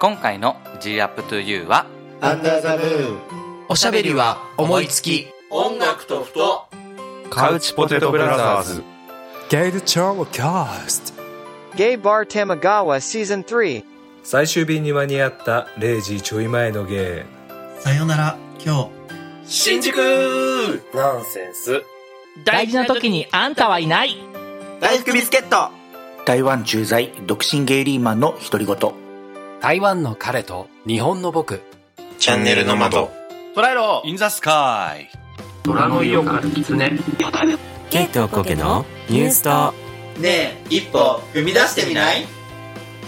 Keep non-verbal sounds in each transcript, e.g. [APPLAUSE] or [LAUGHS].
今回の G up to you はアンダーザムーンおしゃべりは思いつき音楽とふとカウチポテトブラザーズゲイルチョーキャスト Gay Bar Tamagawa Season 3. 最終日に間に合った0時ちょい前の芸さよなら今日新宿ナンセンス大事な時にあんたはいない大福ビスケット台湾駐在独身ゲイリーマンの独り言台湾の彼と日本の僕チャンネルの窓捉えろインザスカイ虎の色から狐ケイトコケのニュースとねえ一歩踏み出してみない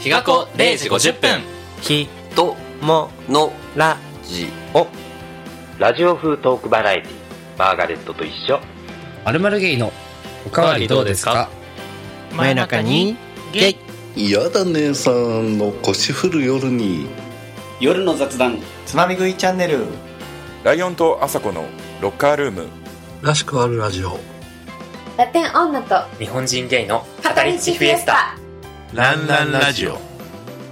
日が子0時50分ひとものラジオラジオ風トークバラエティマーガレットと一緒まるまるゲイのおかわりどうですか真夜中にゲイ嫌だ姉さんの腰振る夜に夜の雑談つまみ食いチャンネルライオンとあさこのロッカールームらしくあるラジオラテン女と日本人ゲイの語り地フィエスタランランラジオ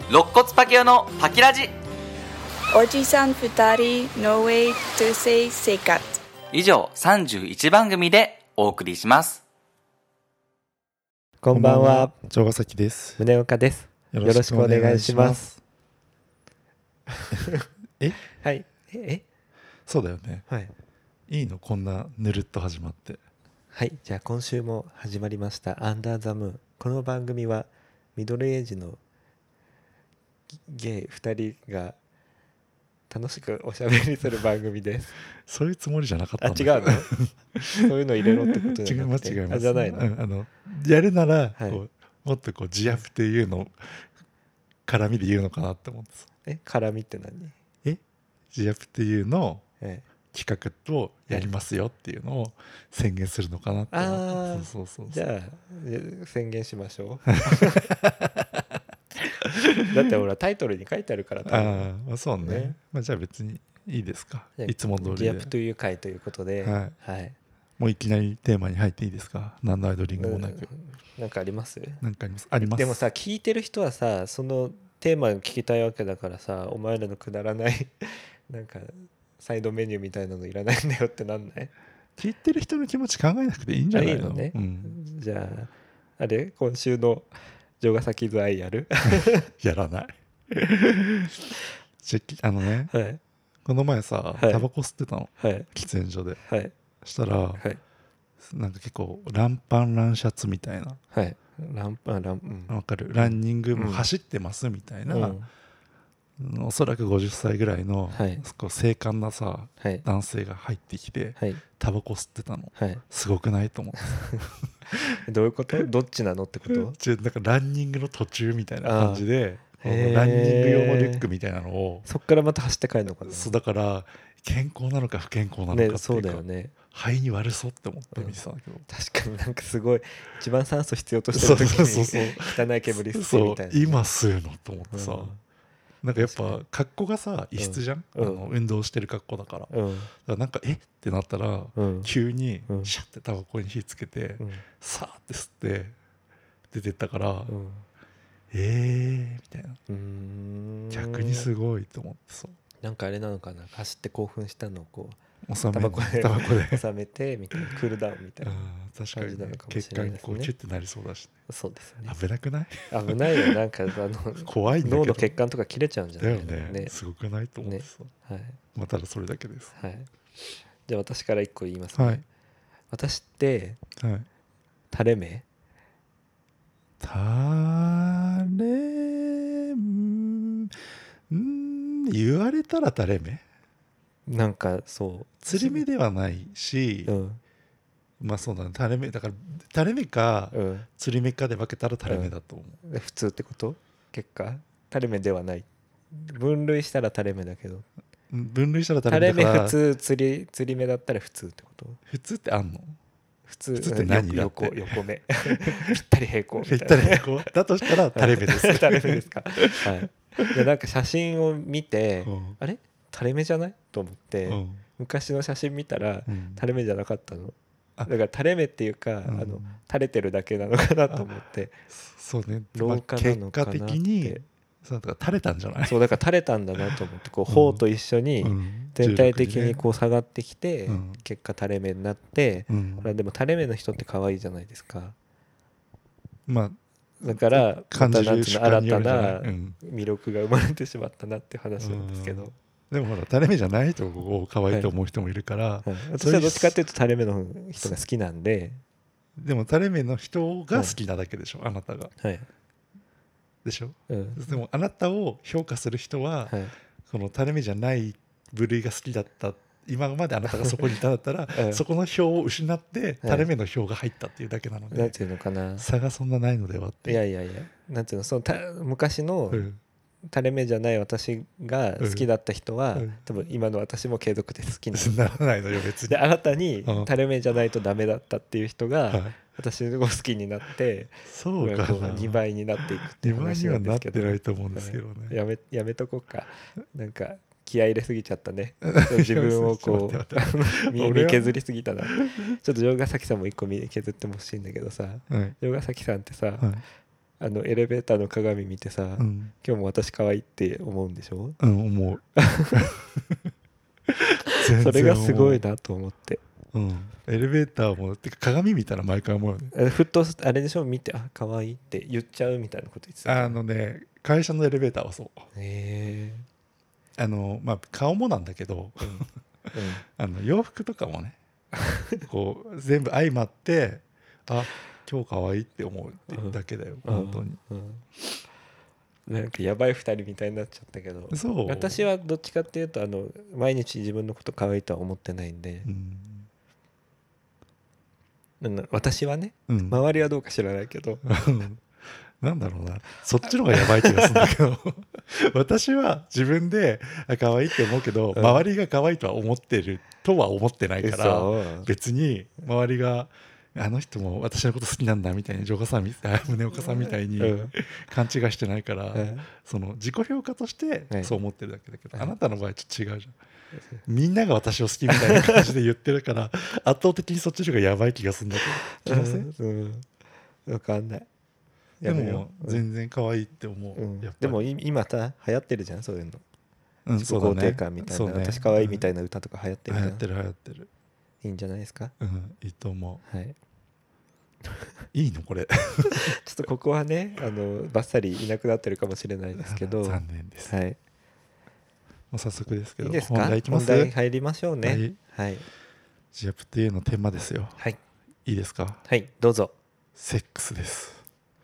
肋骨パキオのパキラジおじさん2人 No way to say 生活以上31番組でお送りしますこんばんは城ヶ崎です宗岡ですよろしくお願いします [LAUGHS] えはいえそうだよねはいいいのこんなぬるっと始まってはいじゃあ今週も始まりました「アンダーザムーン」この番組はミドルエイジのゲイ2人が楽しくおしゃべりする番組です [LAUGHS] そういうつもりじゃなかったあ違 [LAUGHS] うのそういうの入れろってことじゃなくて [LAUGHS] 違いますあじゃないの,、あのやるなら、はいこうもっとこう自アっていうの絡みで言うのかなって思ってたえ絡みって何自アっていうのええ企画とやりますよっていうのを宣言するのかなってあ思っーてそうそうそうじゃあ宣言しま [LAUGHS] しょう [LAUGHS] だってほらタイトルに書いてあるからあー、まあ、そうねねまあ、じゃあ別にいいですかじゃあいつも通りギでアップという回ということでははいもういきなりテーマに入っていいですか何のアイドリングもなくなんかあります何かありますありますでもさ聞いてる人はさそのテーマを聞きたいわけだからさお前らのくだらない [LAUGHS] なんかサイドメニューみたいなのいらないんだよってなんない聞いてる人の気持ち考えなくていいんじゃないのあいいのねうん、じゃああれ今週の城ヶ崎ズアイやる [LAUGHS] やらないじゃあきあのねはいこの前さはいタバコ吸ってたのはい喫煙所ではいしたら、はいなんか結構ランパンランシャツみたいなはいランパンランうんわかるランニングも走ってますみたいな、うんうんおそらく50歳ぐらいの、はいこう精悍なさはい男性が入ってきてはいタバコ吸ってたの [LAUGHS] はいすごくないと思ってどういうことどっちなのってことちょなんかランニングの途中みたいな感じであーへーランニング用のリュックみたいなのをそっからまた走って帰るのかなそうだから健康なのか不健康なのかっていうねかそうだよね肺に悪そうって思って見てたんだけど、確かになんかすごい一番酸素必要としてる時そうそうそうに汚い煙吸ってそみうたいな今吸うのと思ってさ、うんなんかやっぱ格好がさ異質じゃん、うんあの運動してる格好だから,、だかうんらなんかえってなったら、うん急にうんシャッてタバコに火つけて、うんさーって吸って出てったから、うんえーみたいなうーん逆にすごいと思ってさなんかあれなのかな走って興奮したのをこう [LAUGHS] 収めタバコでタバ [LAUGHS] コで収めてみたいなクールダウンみたいなあー確かに、感じなねのか、もし血れない管ですねこうキュッてなりそうだし、そうですよねね、危なくない危ないよなんかあの怖いんだけど脳の血管とか切れちゃうんじゃだだよよねねすごくないと思ってさ、ないまあ、ただそれだけですはいはいじゃあ私から一個言いますねはい私ってはい垂れ目たれんん言われたら垂れ目なんかそ釣り目ではないし、ううんまあそうだね垂れ目だから垂れ目かうん釣り目かで分けたら垂れ目だと思う、で普通ってこと結果垂れ目ではない分類したら垂れ目だけど分類したら垂垂れれ目目だから普通釣り釣り目だったら普通ってこと普通ってあんの普通普通って何うんだっ横て横横目 [LAUGHS] ぴったり平行みぴったたいりなこうだとした [LAUGHS] ら垂れ目で [LAUGHS] す垂れ目ですかはいでなんか写真を見てうんあれ垂れ目じゃないと思って、うん昔の写真見たらうん垂れ目じゃなかったの、あだから垂れ目っていうか、んあの垂れてるだけなのかなと思ってそうね、まあ老化なのかなって結果的にそうだから垂れたんじゃない [LAUGHS] そうだから垂れたんだなと思ってこう頬と一緒に全体的にこう下がってきて、結果垂れ目になって、うん、でも垂れ目の人って可愛いじゃないですか。まあだからまた新たな魅力が生まれてしまったなって話なんですけど、でもほら垂れ目じゃないと可愛いと思う人もいるから、はいはい、私はどっちかっていうと垂れ目の人が好きなんででも垂れ目の人が好きなだけでしょ、はい、あなたが、でしょ、うん、でもあなたを評価する人は、はい、その垂れ目じゃない部類が好きだった今まであなたがそこにいたんだった [LAUGHS] ら、うん、そこの票を失って垂れ目の票が入ったっていうだけなので、なんていうのかな差がそんなないのではっていやいやいやなんていうのそのた昔の、うん垂れ目じゃない私が好きだった人は、うん、多分今の私も継続で好きにならないのよ別にで新たに垂れ目じゃないとダメだったっていう人が、私を好きになってそうかな2倍になっていくっていう話なんですけど2倍にはなってないと思うんですけどね、やめやめとこうかなんか気合入れすぎちゃった [LAUGHS] ね自分をこ [LAUGHS] う身削りすぎたなちょっと城ヶ崎さんも一個身削ってほしいんだけどさ、はい、城ヶ崎さんってさ、はいあのエレベーターの鏡見てさ、うん、今日も私可愛いって思うんでしょうん [LAUGHS] 思うそれがすごいなと思って、うん、エレベーターもてか鏡見たら毎回思うよねふっとあれでしょ見てあ可愛いって言っちゃうみたいなこと言ってたあのね会社のエレベーターはそうへえあのまあ顔もなんだけど、うん、うん、あの洋服とかも [LAUGHS] ねこう全部相まってあ今日可愛いって思うっていうだけだよ、うん、本当に、うんうん、なんかやばい2人みたいになっちゃったけどそう私はどっちかっていうとあの毎日自分のこと可愛いとは思ってないんで、うん、私はね、周りはどうか知らないけど [LAUGHS] なんだろうなそっちの方がやばい気がするんだけど [LAUGHS] 私は自分で可愛いって思うけど、周りが可愛いとは思ってるとは思ってないから別に周りがあの人も私のこと好きなんだみたいに城岡さん宗岡さんみたいに勘違いしてないから、その自己評価としてそう思ってるだけだけど、あなたの場合ちょっと違うじゃん。みんなが私を好きみたいな感じで言ってる [LAUGHS] から圧倒的にそっちの方がやばい気がするんだけど気のせい、うん分かんないでも全然可愛いって思う、でも今さ流行ってるじゃんそういうの、うん、自己肯定感みたいな、私可愛いみたいな歌とか流行ってるじゃん、流行ってる流行ってるいいんじゃないですか。うん、いいと思う。はい。いいのこれちょっとここはね、あのばっさりいなくなってるかもしれないですけ [LAUGHS] [LAUGHS] ど。残念です。はい。もう早速ですけど。いいですか。本題本題入りましょうね。はい。ジャプテーのテーマですよ。はい。いいですか。はい、どうぞ。セックスです。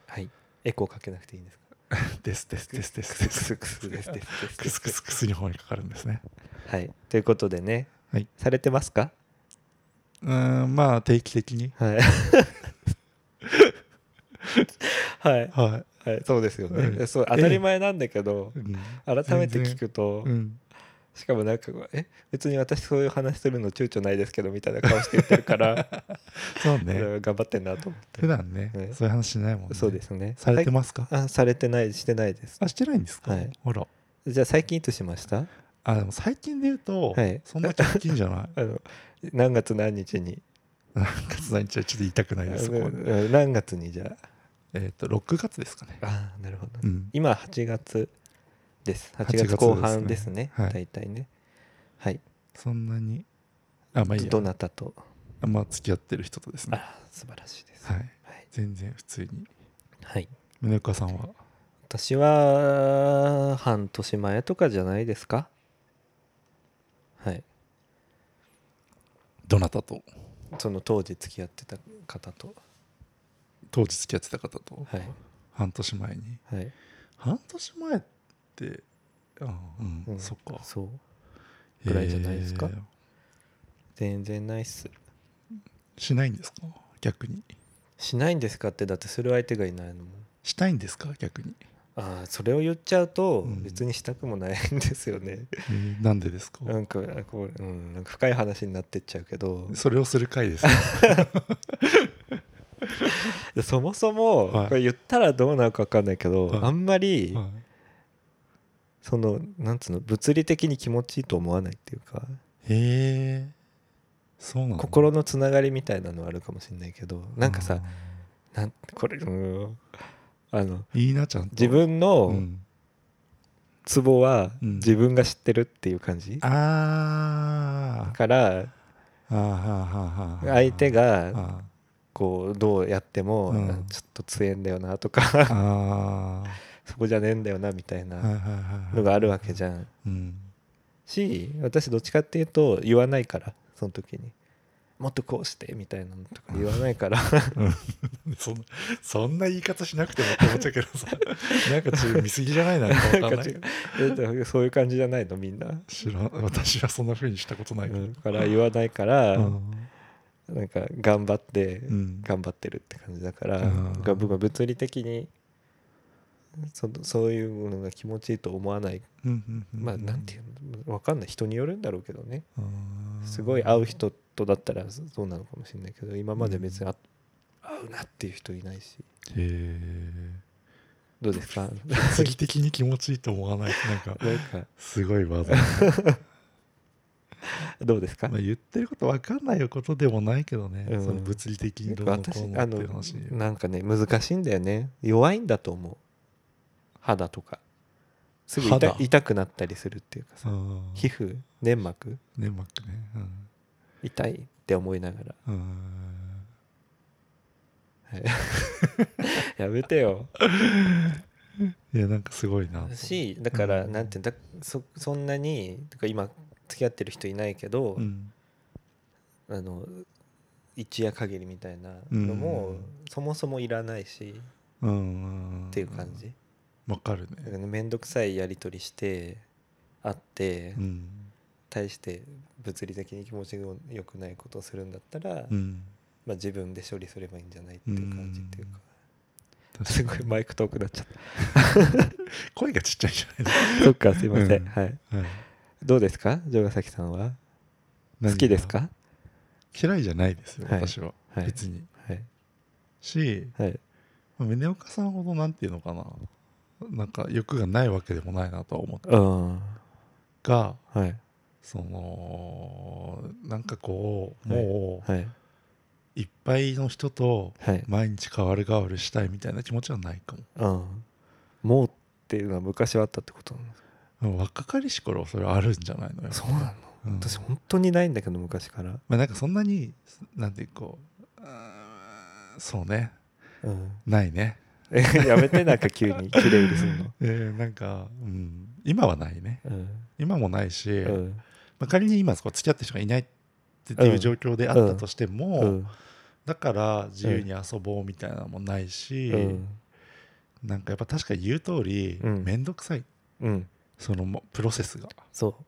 はい。エコーかけなくていいんですか。ですですですですですクスですですクスクスクスに方にかかるんですね。はい。ということでね。はい。されてますか。うんまあ定期的に [LAUGHS] はいはい、、はいはい、そうですよね、うん、そう当たり前なんだけど、改めて聞くと、うん、しかもなんか「え別に私そういう話するの躊躇ないですけど」みたいな顔して言ってるから [LAUGHS] そうね頑張ってんなと思って普段ね、ね、そういう話しないもんねそうですねされてますか、あされてないしてないですあしてないんですか、はい、ほらじゃあ最近いつしましたあでも最近で言うと、はい、そんな直近じゃ [LAUGHS] ないあの何月何日に何月何日はちょっと言いたくないです何月にじゃあえっ、と6月ですかねああなるほど、うん、今8月です8月後半ですねですね、はい、大体ねはいそんなにあまあいいどなたとまあ付き合ってる人とですねあ素晴らしいです、はい、はい、全然普通にはい宗岡さんは私は半年前とかじゃないですかはいどなたとその当時付き合ってた方と当時付き合ってた方と、はい、半年前に、はい、半年前ってあうん、うん、そっかそうぐらいじゃないですか、えー、全然ないっすしないんですか逆にしないんですかってだってする相手がいないのもしたいんですか逆にあそれを言っちゃうと別にしたくもないんですよね、うん、えー、なんでですかなんかこう、うん、なんか深い話になってっちゃうけどそれをする回ですそもそも、はい、これ言ったらどうなるか分かんないけど、はい、あんまり、はい、そのなんつうの物理的に気持ちいいと思わないっていうかへえそうなの心のつながりみたいなのはあるかもしれないけどなんかさなんこれうんあのいいなちゃん自分のツボは自分が知ってるっていう感じ、ああから相手がこうどうやってもちょっと強えんだよなとかそこじゃねえんだよなみたいなのがあるわけじゃん、し私どっちかっていうと言わないからその時にもっとこうしてみたいなのとか言わないからうん、そそんな言い方しなくてもって思っちゃうけど [LAUGHS] さなんかちょっと見過ぎじゃないなんか分かんないそういう感じじゃないのみんな知らん私はそんなふうにしたことないから,、から言わないから、うん、なんか頑張って、うん、頑張ってるって感じだから、うん、僕は物理的にそそういうのが気持ちいいと思わない、まあなんていうの分かんない人によるんだろうけどねすごい会う人とだったらそうなのかもしれないけど今まで別に会うなっていう人いないしへえどうですか次的に気持ちいいと思わないなんかなんかすごい技どうですか、 [LAUGHS] まあ、言ってること分かんないことでもないけどね、うん、その物理的にどうのこうのっていう話なんかね難しいんだよね弱いんだと思う肌とかすぐ痛くなったりするっていうかさ皮膚粘膜粘膜ね、うん、痛いって思いながら、はい、やめてよいやなんかすごいなしだから、うん、なんてだそそんなにだか今付き合ってる人いないけど、うん、あの一夜限りみたいなのも、そもそもいらないし、うん、っていう感じ、わかるね面倒、ね、くさいやり取りして会って、うん、対して物理的に気持ちが良くないことをするんだったら、うん、 [LAUGHS] まあ、自分で処理すればいいんじゃないっていう感じっていうか。うん、かすごいマイク遠くなっちゃった声がちっちゃいじゃない [LAUGHS] そっかすいません、はい、はい、どうですか城ヶ崎さんは好きですか嫌いじゃないですよ、はい、私は、はい、別に、し、はいまあ、峰岡さんほどなんていうのかななんか欲がないわけでもないなとは思って、、うんが、はい、そのなんかこうもう、はい、はい、いっぱいの人と毎日変わる変わるしたいみたいな気持ちはないかも、うん、もうっていうのは昔はあったってことなんですか若かりし頃それあるんじゃないのよそうなの、うん、私本当にないんだけど昔から、まあ、なんかそんなになんていうかそうね、うん、ないね [LAUGHS] やめてなんか急 [LAUGHS] に綺麗にするのえー、なんか、うん、今はないね、うん、今もないし、うん、まあ、仮に今そこ付き合ってる人がいないっていう状況であったとしても、うん、だから自由に遊ぼうみたいなのもないし、うん、なんかやっぱ確かに言う通り面倒くさい、そのプロセスがそう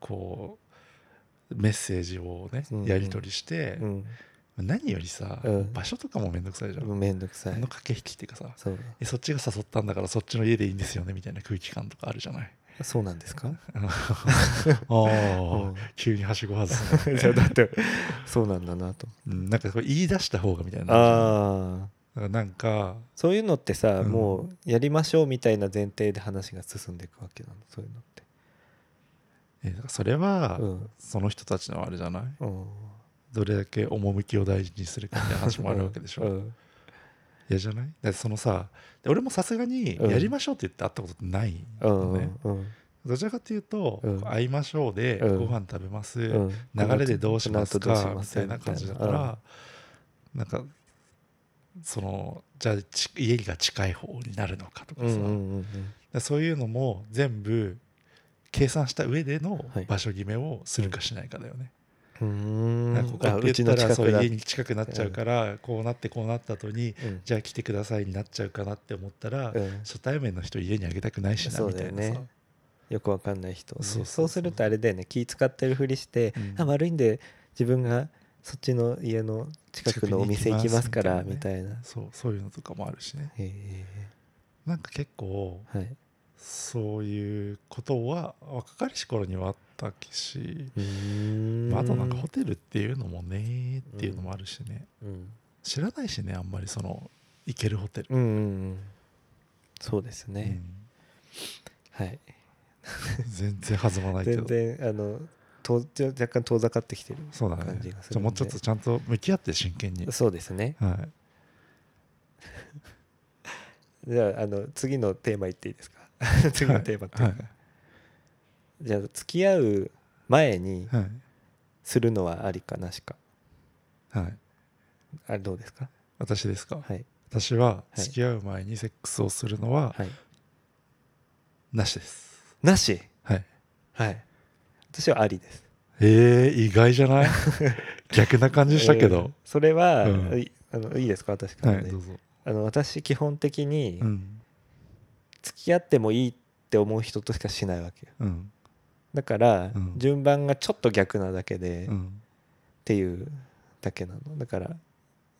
こうメッセージをねやり取りして、何よりさ、うん、場所とかも面倒くさいじゃん面倒くさいの駆け引きっていうかさえそっちが誘ったんだからそっちの家でいいんですよねみたいな空気感とかあるじゃ [LAUGHS] ないそうなんですかああ、急にはしご外す、 [LAUGHS] ね、じゃだってそうなんだなと、うん、なんかこれ言い出した方がみたいな [LAUGHS] ああなんかそういうのってさ、うん、もうやりましょうみたいな前提で話が進んでいくわけなのそういうのってえだからそれは、うん、その人たちのあれじゃない、うんどれだけ趣を大事にするかって話もあるわけでしょ、うん、嫌じゃないだそのさ俺もさすがにやりましょうって言って会ったことってないのね、うんうんうん、どちらかというと、うん、会いましょうで、うん、ご飯食べます、流れでどうしますかみたいな感じだから、うん、なんかそのじゃあ家が近い方になるのかとかさ、うんうんうん、そういうのも全部計算した上での場所決めをするかしないかだよね、はいうんここって言ったらそう家に近くなっちゃうからこうなってこうなった後にじゃあ来てくださいになっちゃうかなって思ったら初対面の人家にあげたくないしなみたいなさ。よくわかんない人そうするとあれだよね気使ってるふりして、あ悪いんで自分がそっちの家の近くのお店行きますからみたいなそうそういうのとかもあるしねなんか結構、はい、そういうことは若かりし頃にはあったし、まあ、あとなんかホテルっていうのもねっていうのもあるしね、うんうん、知らないしねあんまりその行けるホテル、うんうんうん、そうですね、うん、はい全然弾まないけど全然あのと若干遠ざかってきてるそうだ、ね、感じがするもうちょっとちゃんと向き合って真剣にそうですねはいじゃああの次のテーマいっていいですか [LAUGHS] 次のテーマっていうか、はいはい、じゃあ付き合う前にするのはありかなしかはいあれどうですか私ですか、はい、私は付き合う前にセックスをするのは、はい、なしですなしはいはい私はありですえー、意外じゃ [LAUGHS] ない逆な感じしたけど、えー、それは、うん、あのいいですか私からね、はい、どうぞあの私基本的に、うん、付き合ってもいいって思う人としかしないわけ、うん、だから、うん、順番がちょっと逆なだけで、っていうだけなのだから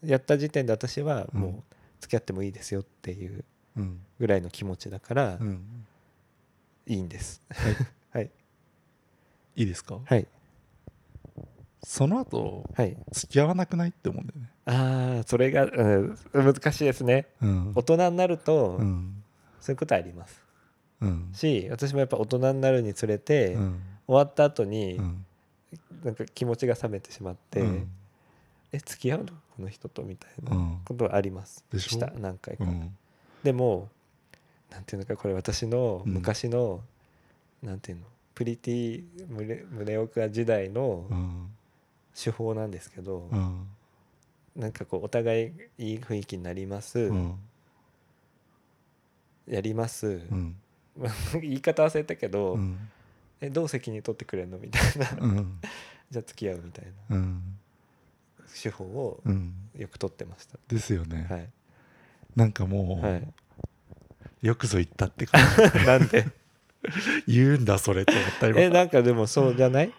やった時点で私はもう付き合ってもいいですよっていうぐらいの気持ちだから、いいんです、はい、はい、いいですか [LAUGHS] はいその後、はい、付き合わなくないって思うんだよねああそれが、うん、難しいですね、うん、大人になると、うん、そういうことあります、うん、し私もやっぱ大人になるにつれて、うん、終わった後に、うん、なんか気持ちが冷めてしまって、うん、え付き合うのこの人とみたいなことはあります、でしした何回か、でもなんていうのかこれ私の昔の、うん、なんていうのプリティ胸岡時代の手法なんですけど、うん、なんかこうお互いいい雰囲気になります、うん、やります、うん、 [LAUGHS] 言い方忘れたけど、うん、えどう責任取ってくれるのみ [LAUGHS] たいな、うん、じゃあ付き合うみたいな、手法をよく取ってました。ですよね。はい、なんかもう、はい、 [LAUGHS] よくぞ言ったって感じな [LAUGHS] んで言うんだそれって思った今えなんかでもそうじゃない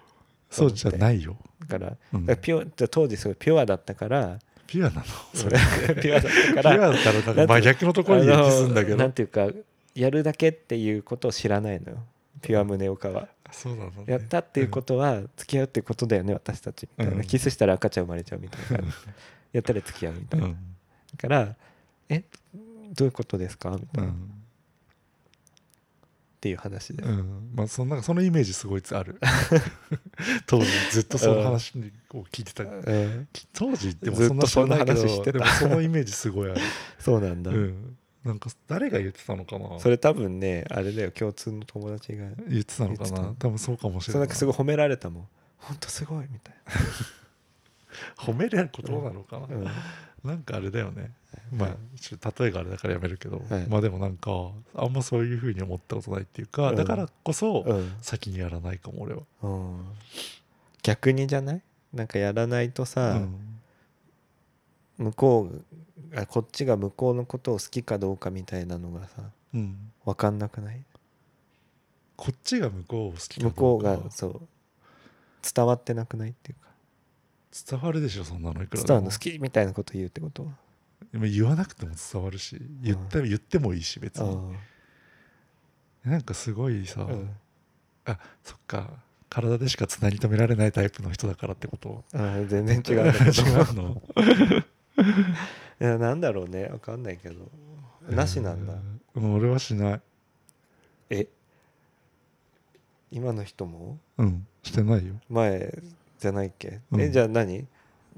そうじゃないよだから,、らピュア、うん、当時すごいピュアだったからピュアなのそれ [LAUGHS] ピュアだったか [LAUGHS] らピュアだったらなんか真逆のところに行きすんだけどなんていうかやるだけっていうことを知らないのよピュア胸岡は、そうなの、ね、、やったっていうことは付き合うってことだよね、うん、私たちみたいな、キスしたら赤ちゃん生まれちゃうみたいなやったら付き合うみたいな、うん、だからえどういうことですかみたいな、っていう話で、うんまあ、そのそのイメージすごいある [LAUGHS] 当時ずっとその話を聞いてた、えー、当時でもそんなそんな話してたそのイメージすごいある、そうなん [LAUGHS] だ、うんなんか誰が言ってたのかなそれ多分ねあれだよ共通の友達が言ってたのかな多分そうかもしれないなんかすごい褒められたもん本当すごいみたいな褒めれることなのかな、うんうんなんかあれだよね、まあ、ちょっと例えがあれだからやめるけど、はい、まあでもなんかあんまそういうふうに思ったことないっていうか、だからこそ先にやらないかも俺は、うん、うん、逆にじゃないなんかやらないとさ、うん、向こうあこっちが向こうのことを好きかどうかみたいなのがさ、うん、分かんなくないこっちが向こうを好き向こうがそう伝わってなくないっていうか伝わるでしょそんなのいくら伝わるの好きみたいなこと言うってことは言わなくても伝わるし言った言ってもいいし別になんかすごいさ、うん、あそっか体でしかつなぎ止められないタイプの人だからってことあ全然違う [LAUGHS] 違うのいやなんだろうね分かんないけどなしなんだ、えー、俺はしないえ今の人もうんしてないよ前じゃないっけ、うん、えじゃあ何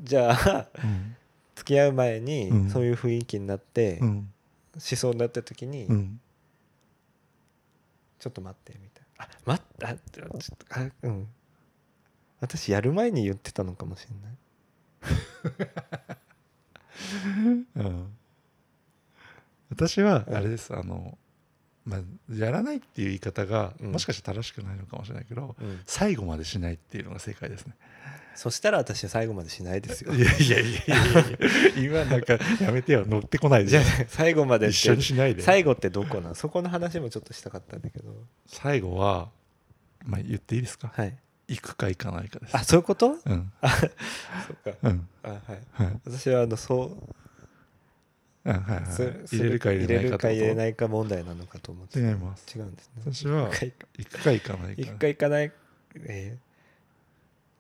じゃあ、 [LAUGHS] うん、付き合う前にそういう雰囲気になって、うん、しそうになった時に、うん、ちょっと待ってみたいなあ待ったちょっとあうん私やる前に言ってたのかもしれない、うん、私はあれです、あのまあ、やらないっていう言い方がもしかしたら正しくないのかもしれないけど、うん、最後までしないっていうのが正解ですね。そしたら私は最後までしないですよ。いやいやいやいや今なんかやめてよ乗ってこないでじゃ最後まで一緒にしないで最後ってどこなんそこの話もちょっとしたかったんだけど最後は、まあ、言っていいですか、はい、行くか行かないかですあそういうこと、うん、あそうか、うん、あはい、はい、私はあのそうはいはい、入れるか入れないか入れないか問題なのかと思って違います違うんですね私は行くか行かないか行くか行かないえー、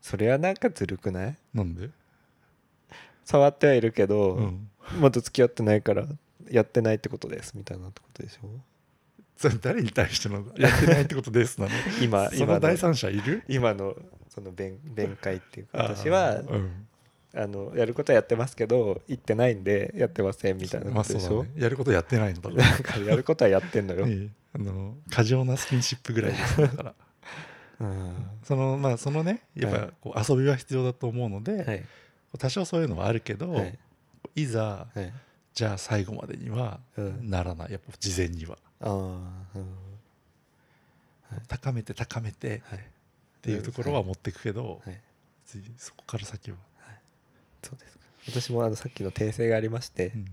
それはなんかずるくないなんで触ってはいるけど、うん、まだ付き合ってないからやってないってことですみたいなってことでしょそれ誰に対してのやってないってことですなの今今の第三者いる今のその弁弁解っていうか私は、うんあのやることはやってますけど行 [LAUGHS] ってないんでやってませんみたいなことでしょ、まあね、やることやってないのだ [LAUGHS] からやることはやってんのよあの過剰なスキンシップぐらいですだから [LAUGHS] そのまあそのねやっぱこう遊びは必要だと思うので、はい、多少そういうのはあるけど、はい、いざ、はい、じゃあ最後までにはならない、うん、やっぱ事前には、うん、高めて高めて、っていうところは持っていくけど、そこから先は、そうです私もあのさっきの訂正がありまして、うん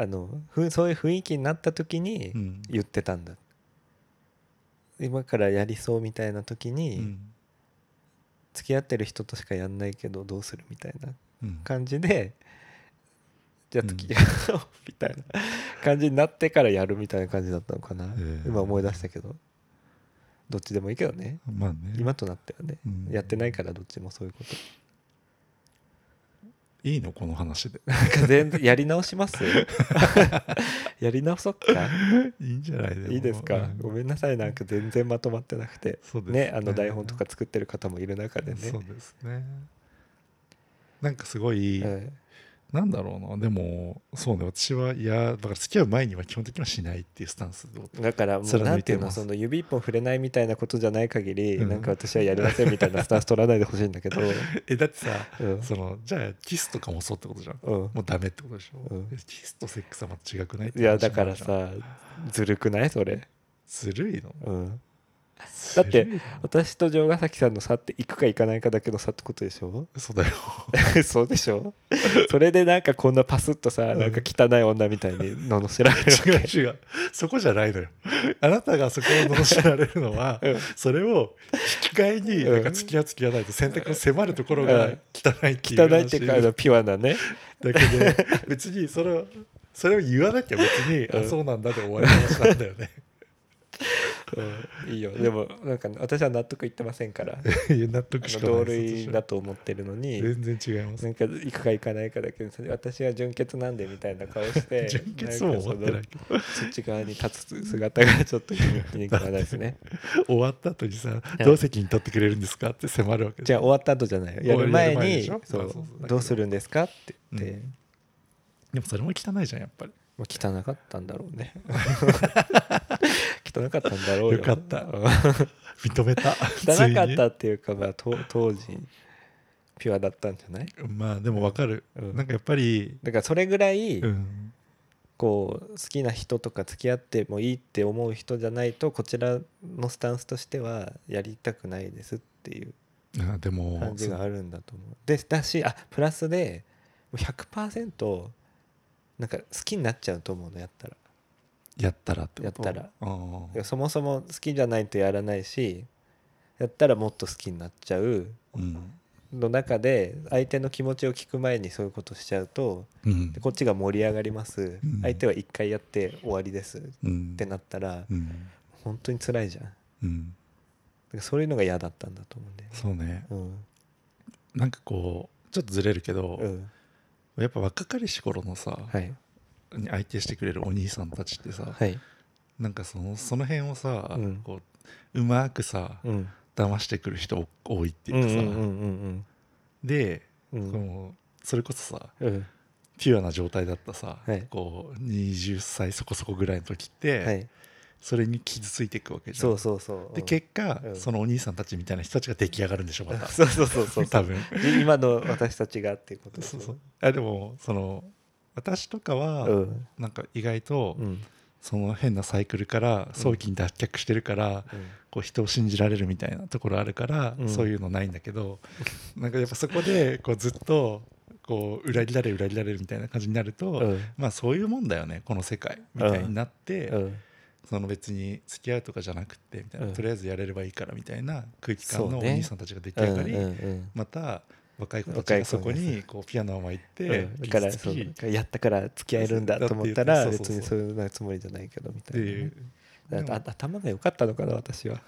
あのふそういう雰囲気になった時に言ってたんだ、うん、今からやりそうみたいな時に、うん、付き合ってる人としかやんないけどどうするみたいな感じで、うん、じゃあ付き合おうみたいな感じになってからやるみたいな感じだったのかな、えー、今思い出したけどどっちでもいいけどね,、まあね、ね今となってはね、やってないからどっちもそういうこと。いいのこの話で。 [LAUGHS] なんか全然やり直し [LAUGHS] ますやり直そっか。いいんじゃないいいですか。ごめんなさいなんか全然まとまってなくて。ね、ね、あの台本とか作ってる方もいる中でね。そうですね。なんかすごい、はい、なんだろうなでもそうね私はいやだから付き合う前には基本的にはしないっていうスタンス [LAUGHS] だからもうなんていうのその指一本触れないみたいなことじゃない限り、うん、なんか私はやりませんみたいなスタンス取らないでほしいんだ [LAUGHS] けどえだってさ、うん、そのじゃあキスとかもそうってことじゃん、うん、もうダメってことでしょ、うん、キスとセックスはまた違くないいやだからさずるくないそれずるいの、うんだって私と城ヶ崎さんの差って行くか行かないかだけの差ってことでしょ [LAUGHS] そうだよ [LAUGHS] そうでしょそれでなんかこんなパスッとさなんか汚い女みたいに罵られるわ [LAUGHS] け違う違うそこじゃないのよあなたがそこを罵られるの [LAUGHS] は、うん、それを引き換えになんか付き合う付き合わないと選択を迫るところが汚いっていう汚いっていうかあのピュアなねだけど [LAUGHS] 別にそれそれを言わなきゃ別に、うん、あそうなんだで終わりの話なんだよ [LAUGHS] ねうん、 [LAUGHS] いいよでもなんか私は納得いってませんから納得し同類だと思ってるのに全然違いますなんか行くか行かないかだけで私は純潔なんでみたいな顔して純潔も思 [LAUGHS] ってないけどそっち側に立つ姿がちょっと気に入らないで [LAUGHS] すね終わった後にさ「どう責任取ってくれるんですか?」って迫るわけじゃあ終わった後じゃないやる前にどうするんですか?」って言って、うん、でもそれも汚いじゃんやっぱり。汚かったんだろう [LAUGHS] ね汚かったんだろうよかった認め [LAUGHS] た汚かったっていうか、まあ、当時ピュアだったんじゃないまあでもわかる、うん、なんかやっぱりだからそれぐらい、うん、こう好きな人とか付き合ってもいいって思う人じゃないとこちらのスタンスとしてはやりたくないですっていう感じがあるんだと思うでだしあプラスで100%なんか好きになっちゃうと思うのやったらやったらってやったらそもそも好きじゃないとやらないしやったらもっと好きになっちゃうの中で相手の気持ちを聞く前にそういうことしちゃうと、うん、こっちが盛り上がります、うん、相手は1回やって終わりです、うん、ってなったら、うん、本当に辛いじゃん、うん、そういうのが嫌だったんだと思うんで、ね、そうね、うん、なんかこうちょっとずれるけど、うんやっぱ若かりし頃のさ、はい、に相手してくれるお兄さんたちってさ、はい、なんかそのその辺をさ、うん、こううまくさ、うん、騙してくる人多いっていうかさ、うんうんうんうん、で、うん、そのそれこそさ、うん、ピュアな状態だったさ、はい、こう20歳そこそこぐらいの時って。はいそれに傷ついていくわけじゃそうそうそうで [LAUGHS] 結果、うん、そのお兄さんたちみたいな人たちが出来上がるんでしょ [LAUGHS] またそうそうそうそう多分今の私たちがっていうことです、ね、そうそうあでもその私とかは、うん、なんか意外と、うん、その変なサイクルから早期に脱却してるから、うん、こう人を信じられるみたいなところあるから、そういうのないんだけどなんかやっぱそこでこうずっとこう裏切られ裏切られるみたいな感じになると、まあそういうもんだよねこの世界みたいになって。その別に付き合うとかじゃなくてみたいな、うん、とりあえずやれればいいからみたいな空気感のお兄さんたちが出来上がり、ねうんうん、また若い子たちがそこにこうピアノを巻いて、だからそうやったから付き合えるんだと思ったら別にそういうつもりじゃないけどみたいな、ね。頭が良かったのかな私は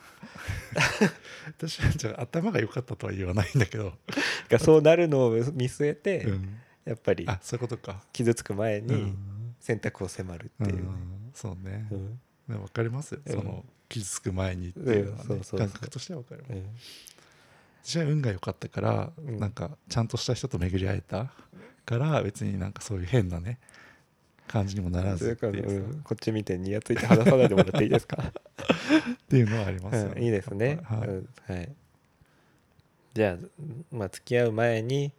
私はじゃ頭が良かったとは言わないんだけどそうなるのを見据えて、やっぱりそういうことか傷つく前に選択を迫るっていう、そうね、ね、分かりますよ、うん、その傷つく前にっていうのは、ねうん、感覚としては分かります、うん、私は運が良かったから、うん、なんかちゃんとした人と巡り会えたから別になんかそういう変なね感じにもならず、うん、こっち見てニヤついて話さないでもらっていいですかっていうのはあ [LAUGHS] ります、ねうん、いいですね、はい、はい、じゃあまあ付き合う前に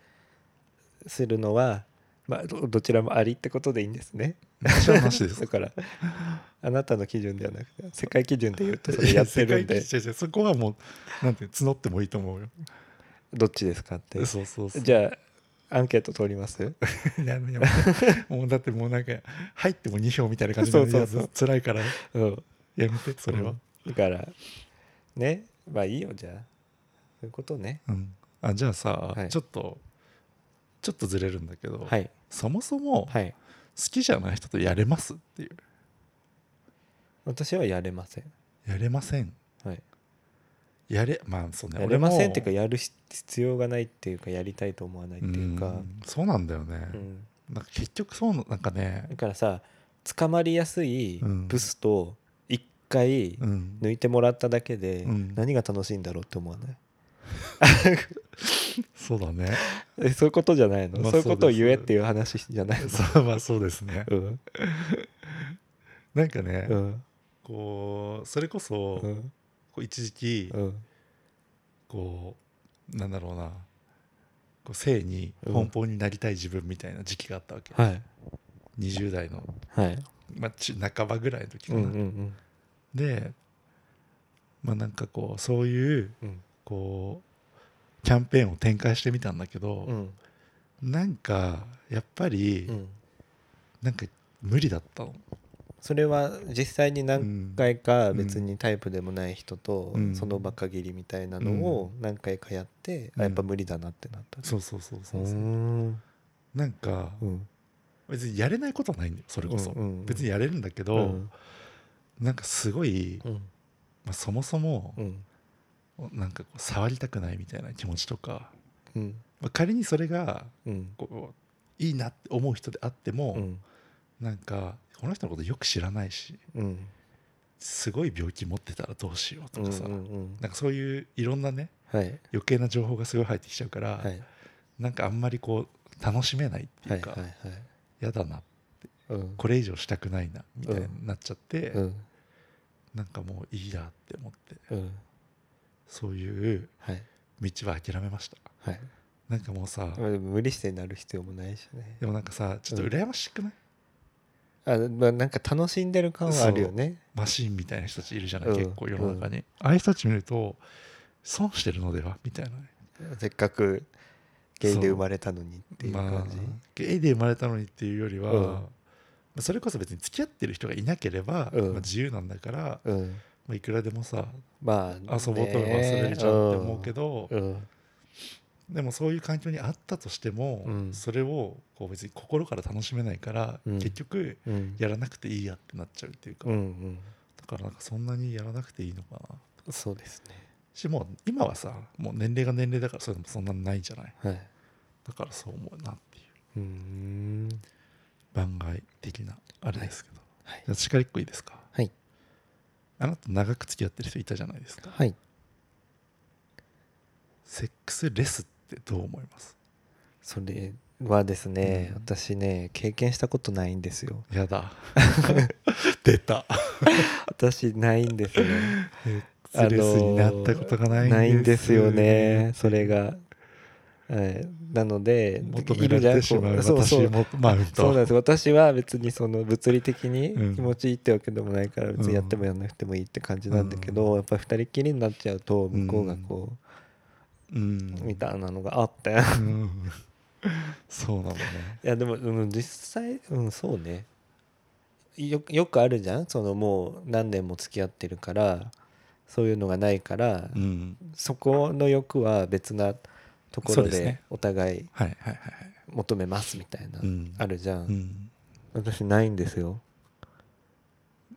するのはまあどちらもありってことでいいんですね私はなしですだからあなたの基準ではなくて世界基準で言うとそれやってる [LAUGHS] んでそこはもうなんて募ってもいいと思うよどっちですかってそうそうそうじゃあアンケート取ります [LAUGHS] もうだってもうなんか入っても2票みたいな感じで辛いから、うん、やめてそれは、うん、だからねまあいいよじゃあそういうことね、うん、あじゃあさ、はい、ちょっとちょっとずれるんだけど、はい、そもそも、はい、好きじゃない人とやれますっていう私はやれませんやれませんはいやれまあそうねやれませんっていうかやる必要がないっていうかやりたいと思わないっていうかそうなんだよね、うん、なんか結局そうなんかねだからさ捕まりやすいブスと一回抜いてもらっただけで何が楽しいんだろうって思わない、そうだ [LAUGHS] ねえそういうことじゃないの、まあ、そういうことを言えっていう話じゃないのそうまあそうですね、うん、なんかね、うん、こうそれこそ、うんこう一時期、うん、こうなんだろうなこう性に奔放になりたい自分みたいな時期があったわけ、うん、はい、 20代の、はいまあ、ち半ばぐらいの時かな、うんうんうん、でまあなんかこうそういう、うん、こうキャンペーンを展開してみたんだけど、うん、なんかやっぱり、うん、なんか無理だったの。それは実際に何回か別にタイプでもない人とその場限りみたいなのを何回かやって、あやっぱ無理だなってなった、うん、そうそうそうそうそううなんか、別にやれないことはないんだよそれこそ、別にやれるんだけど、うなんかすごい、まあ、そもそも、うなんか触りたくないみたいな気持ちとか、まあ、仮にそれがこう、いいなって思う人であっても、うなんかこの人のことよく知らないし、うん、すごい病気持ってたらどうしようとかさ、うんうん、なんかそういういろんなね、はい、余計な情報がすごい入ってきちゃうから、はい、なんかあんまりこう楽しめないっていうか、はいはいはい、やだなって、うん、これ以上したくないなみたいになっちゃって、うん、なんかもういいやって思って、うん、そういう道は諦めました。はい、なんかもうさ無理してなる必要もないしねでもなんかさちょっと羨ましくない、あなんか楽しんでる感はあるよねマシンみたいな人たちいるじゃない、うん、結構世の中に、うん、ああいう人たち見ると損してるのではみたいな、ね、せっかくゲイで生まれたのにっていう感じ、まあ、ゲイで生まれたのにっていうよりは、うん、まあ、それこそ別に付き合ってる人がいなければ、まあ、自由なんだから、まあ、いくらでもさ、まあ、遊ぼうと思えば遊べるじゃんって思うけど、でもそういう環境にあったとしても、うん、それをこう別に心から楽しめないから、うん、結局やらなくていいやってなっちゃうっていうか、うんうん、だからなんかそんなにやらなくていいのかなそうですねしもう今はさもう年齢が年齢だからそれもそんなにないじゃない、はい、だからそう思うなっていううん番外的なあれですけど、はい、じゃしかりっこいいですかはいあなた長く付き合ってる人いたじゃないですかはいセックスレスってどう思い [LAUGHS] ますそれはですね、うん、私ね経験したことないんですよやだ出た私ないんですよスレスになったことがないんですないんですよねそれが、えー、なので求められてしまうそうそうマウントそうなんです私は別にその物理的に気持ちいいってわけでもないから別にやってもやらなくてもいいって感じなんだけど、うん、やっぱり2人きりになっちゃうと向こうがこう、ううんん、みたいなのがあって [LAUGHS] うん、そうなのねいやでも、うん、実際、うん、そうねよよくあるじゃんそのもう何年も付き合ってるからそういうのがないから、うん、そこの欲は別なところでお互い求めますみたいな、あるじゃ、うん、私ないんですよ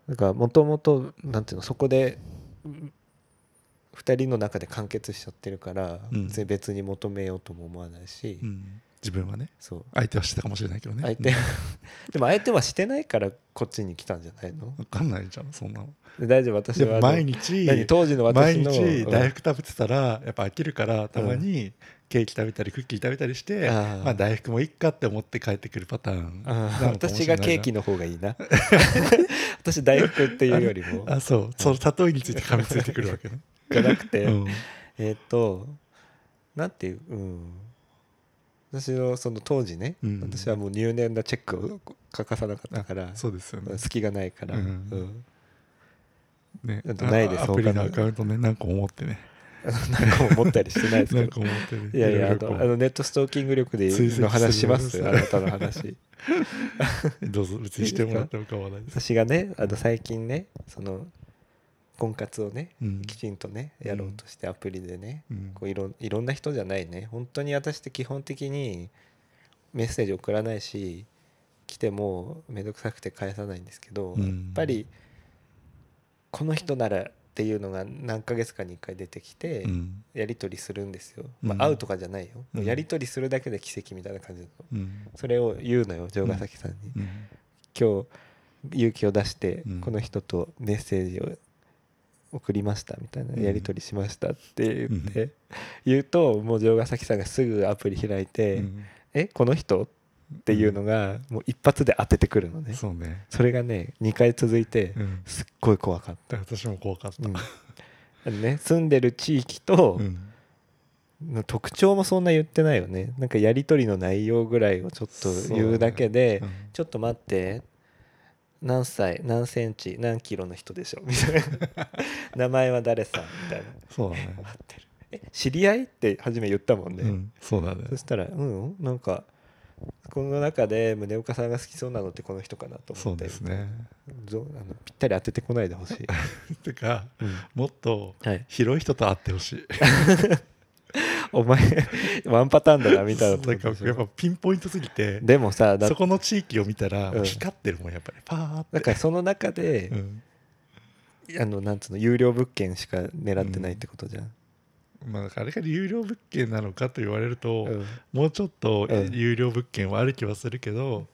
だからもともとなんていうのそこで2人の中で完結しちゃってるから、別に求めようとも思わないし、うん、自分はねそう相手はしてたかもしれないけどね相手、 [LAUGHS] でも相手はしてないからこっちに来たんじゃないの分かんないじゃんそんなの大丈夫私は毎日当時の私の毎日大福食べてたらやっぱ飽きるからたまにケーキ食べたりクッキー食べたりして、あまあ、大福もいっかって思って帰ってくるパターン私がケーキの方がいいな [LAUGHS] 私大福っていうよりもあそうその例えについて噛みついてくるわけねじゃなくて、うん、えっ、ー、となんていう、うん、私のその当時ね、うん、私はもう入念なチェックを欠かさなかったからそうですよね隙がないから、うん、うん、ね、ないですアプリのアカウントね何個も持ってね何個も持ったりしてないですけどいやいやあのネットストーキング力での話しますよあなたの話どうぞ別にしてもらっても構わない私がねあの最近ねその婚活をね、うん、きちんとねやろうとしてアプリでね、うん、こういろいろんな人じゃないね本当に私って基本的にメッセージ送らないし来ても面倒くさくて返さないんですけど、うん、やっぱりこの人ならっていうのが何ヶ月かに1回出てきてやり取りするんですよ、まあ、会うとかじゃないよ、やり取りするだけで奇跡みたいな感じの、それを言うのよ城ヶ崎さんに、今日勇気を出してこの人とメッセージを送りましたみたいなやり取りしましたって言って、言うともう城ヶ崎さんがすぐアプリ開いて「うん、えこの人?」っていうのがもう一発で当ててくるのねそうねそれがね2回続いてすっごい怖かった、私も怖かった、うん、ね、住んでる地域と、特徴もそんな言ってないよねなんかやり取りの内容ぐらいをちょっと言うだけで「ちょっと待って」何歳何センチ何キロの人でしょみたい [LAUGHS] な名前は誰さんみたいなそうだね、え知り合いって初め言ったもんね、うんそうだねそしたらうんなんかこの中で宗岡さんが好きそうなのってこの人かなと思ってそうですねどうあのぴったり当ててこないでほし [LAUGHS] いてか、うん、もっと広い人と会ってほしいお前ワンパターンだなみたいななんかやっぱピンポイントすぎてでもさそこの地域を見たら光ってるもんやっぱりパーってだからその中で、あのなんつうの有料物件しか狙ってないってことじゃん、まあ、あれが有料物件なのかと言われると、もうちょっと有料物件はある気はするけど、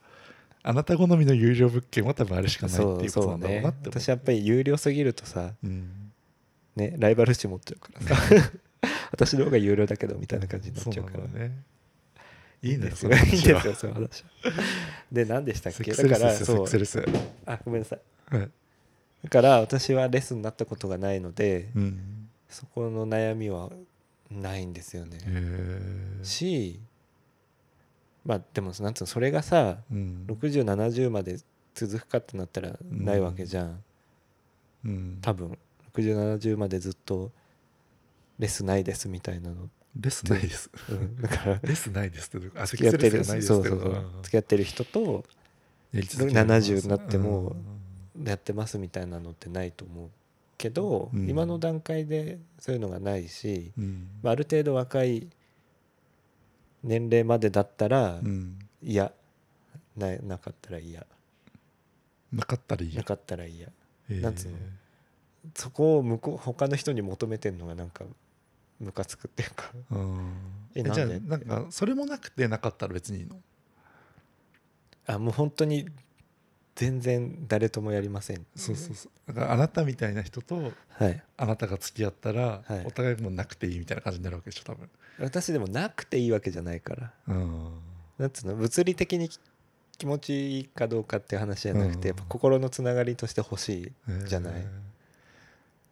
あなた好みの有料物件は多分あれしかないっていうことなんだろうなって私やっぱり有料すぎるとさ、ね、ライバル視持っちゃうから [LAUGHS] さ私の方が有料だけどみたいな感じになっちゃうからねいいんですよ [LAUGHS] いいんですよその話で何でしたっけだからそうあごめんなさい、だから私はレスになったことがないので、そこの悩みはないんですよねしまあでもなんつうのそれがさ、うん、6070まで続くかってなったらないわけじゃん、うん、多分6070までずっとレスないですみたいなのレスないです、うん、だ [LAUGHS] からレスないですってあ付き合ってるそうそうそう付き合ってる人と70になってもやってますみたいなのってないと思うけど、うん、今の段階でそういうのがないし、うん、まあ、ある程度若い年齢までだったら、いやななかったら嫌なかったら嫌、なかったら嫌、えー、なんつうのそこを向こう他の人に求めてるのがなんかムカつくっていうか、うんえじゃあなんかそれもなくてなかったら別にいいのあもう本当に全然誰ともやりませんそうそうそうだからあなたみたいな人と、はい、あなたが付き合ったら、はい、お互いもうなくていいみたいな感じになるわけでしょ多分私でもなくていいわけじゃないから、うん、なんつうの物理的に気持ちいいかどうかっていう話じゃなくて、うん、やっぱ心のつながりとして欲しいじゃない、えー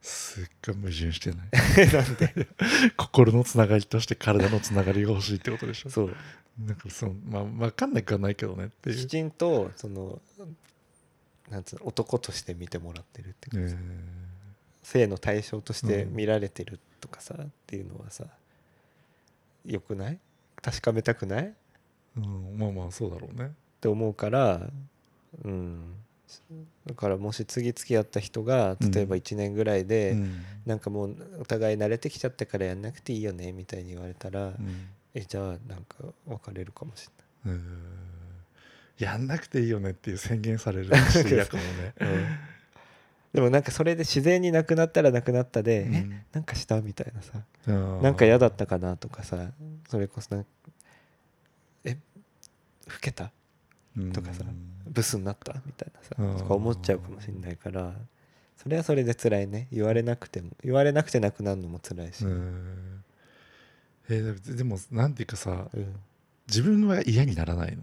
すっごい矛盾してない [LAUGHS] なんで [LAUGHS] 心のつながりとして体のつながりが欲しいってことでしょそうなんかそのまあ分かんなくはないけどねっていうきちんとそのなんつうの男として見てもらってるっていうか、性の対象として見られてるとかさ、うん、っていうのはさよくない確かめたくない、うん、まあまあそうだろうねって思うからうんだからもし次付き合った人が例えば1年ぐらいで、なんかもうお互い慣れてきちゃったからやんなくていいよねみたいに言われたら、えじゃあなんか別れるかもしれない。やんなくていいよねっていう宣言される [LAUGHS] し嫌かもねうん、 [LAUGHS] でもなんかそれで自然になくなったらなくなったで、うん、えなんかしたみたいなさなんか嫌だったかなとかさそれこそえ老けたとかさブスになったみたいなさとか思っちゃうかもしれないからそれはそれで辛いね言われなくても言われなくてなくなるのも辛いしえー、でもなんていうかさ、うん、自分は嫌にならないの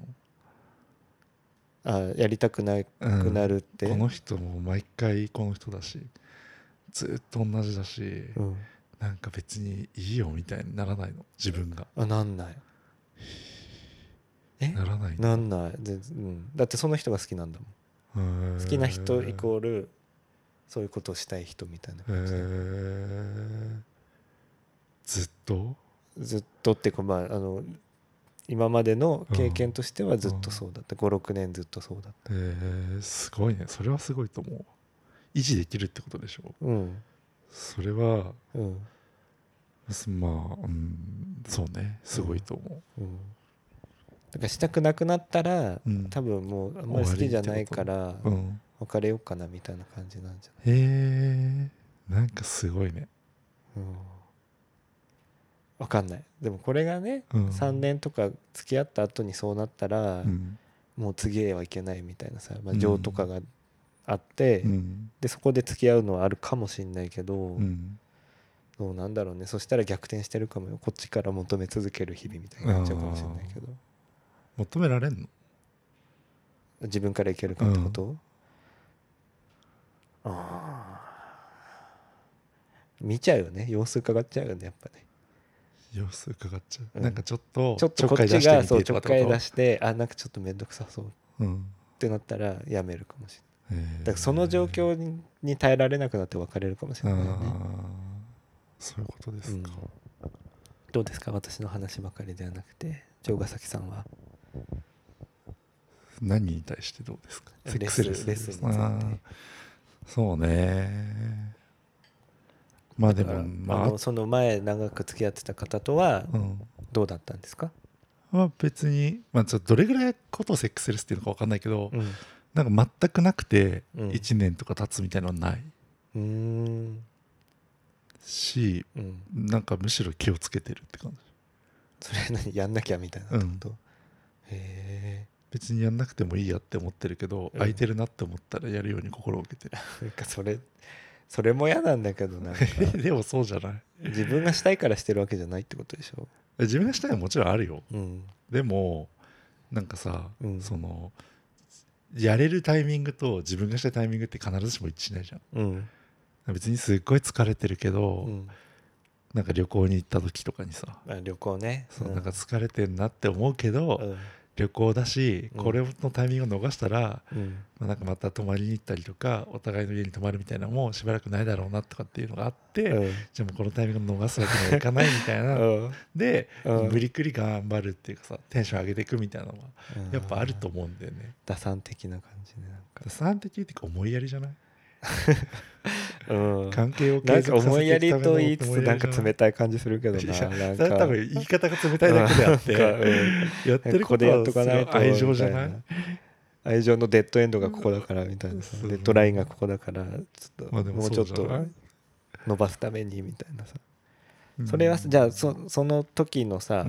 あやりたくなくなるって、うん、この人も毎回この人だしずっと同じだし、うん、なんか別にいいよみたいにならないの自分があなんないえならないなんないで、うん、だってその人が好きなんだもん好きな人イコールそういうことをしたい人みたいな感じずっとずっとっていうかまああの今までの経験としてはずっとそうだった56年ずっとそうだったへえすごいねそれはすごいと思う維持できるってことでしょうんそれは、うん、まあ、うん、そうねすごいと思う、うん、うん、だからしたくなくなったら、うん、多分もうあんまり好きじゃないから、うん、別れようかなみたいな感じなんじゃないへえんかすごいね、うん分かんないでもこれがね、うん、3年とか付き合った後にそうなったら、うん、もう次へはいけないみたいなさ、まあ、情とかがあって、うん、でそこで付き合うのはあるかもしんないけど、どうなんだろうねそしたら逆転してるかもよこっちから求め続ける日々みたいになっちゃうかもしんないけど求められんの自分からいけるかってこと、ああ見ちゃうよね様子伺っちゃうよねやっぱね様子伺っちゃう、うん、なんかちょっとちょっとこっちがそうちょっかい出してあなんかちょっと面倒くさそう、うん、ってなったらやめるかもしれないだからその状況に耐えられなくなって別れるかもしれないねそういうことですか、うん、どうですか私の話ばかりではなくて城ヶ崎さんは何に対してどうですかレッスンレッスンについてそうねまあでも、まあ、その前長く付き合ってた方とはどうだったんですか、うん、まあ、別に、まあ、ちょどれぐらいことをセックスレスっていうのか分かんないけど、うん、なんか全くなくて1年とか経つみたいなのはない、うん、し、うん、なんかむしろ気をつけてるって感じそれ何やんなきゃみたいなこと、うん、へえ別にやんなくてもいいやって思ってるけど、空いてるなって思ったらやるように心を受けてる [LAUGHS] なんかそれそれも嫌なんだけどなでもそうじゃない自分がしたいからしてるわけじゃないってことでしょ自分がしたいはもちろんあるよ、うん、でもなんかさ、うん、そのやれるタイミングと自分がしたいタイミングって必ずしも一致しないじゃん、うん、別にすっごい疲れてるけど、うん、なんか旅行に行った時とかにさ旅行ね、そうなんか疲れてんなって思うけど、旅行だしこれのタイミングを逃したら、うん、まあ、なんかまた泊まりに行ったりとかお互いの家に泊まるみたいなのもしばらくないだろうなとかっていうのがあって、うん、じゃあもうこのタイミングを逃すわけにはいかないみたいな、 [LAUGHS] うん、で、無理くり頑張るっていうかさテンション上げていくみたいなのはやっぱあると思うんだよね。打算的な感じねなんか打算的っていうか思いやりじゃないうん、関係を継続さ思いやりと言いつつなんか冷たい感じするけどななんか多分言い方が冷たいだけであってうん、やってることはここ愛情じゃない愛情のデッドエンドがここだからみたいなさ、うん、デッドラインがここだからちょっと、まあ、もうちょっと伸ばすためにみたいなさ、それはじゃあそその時のさ、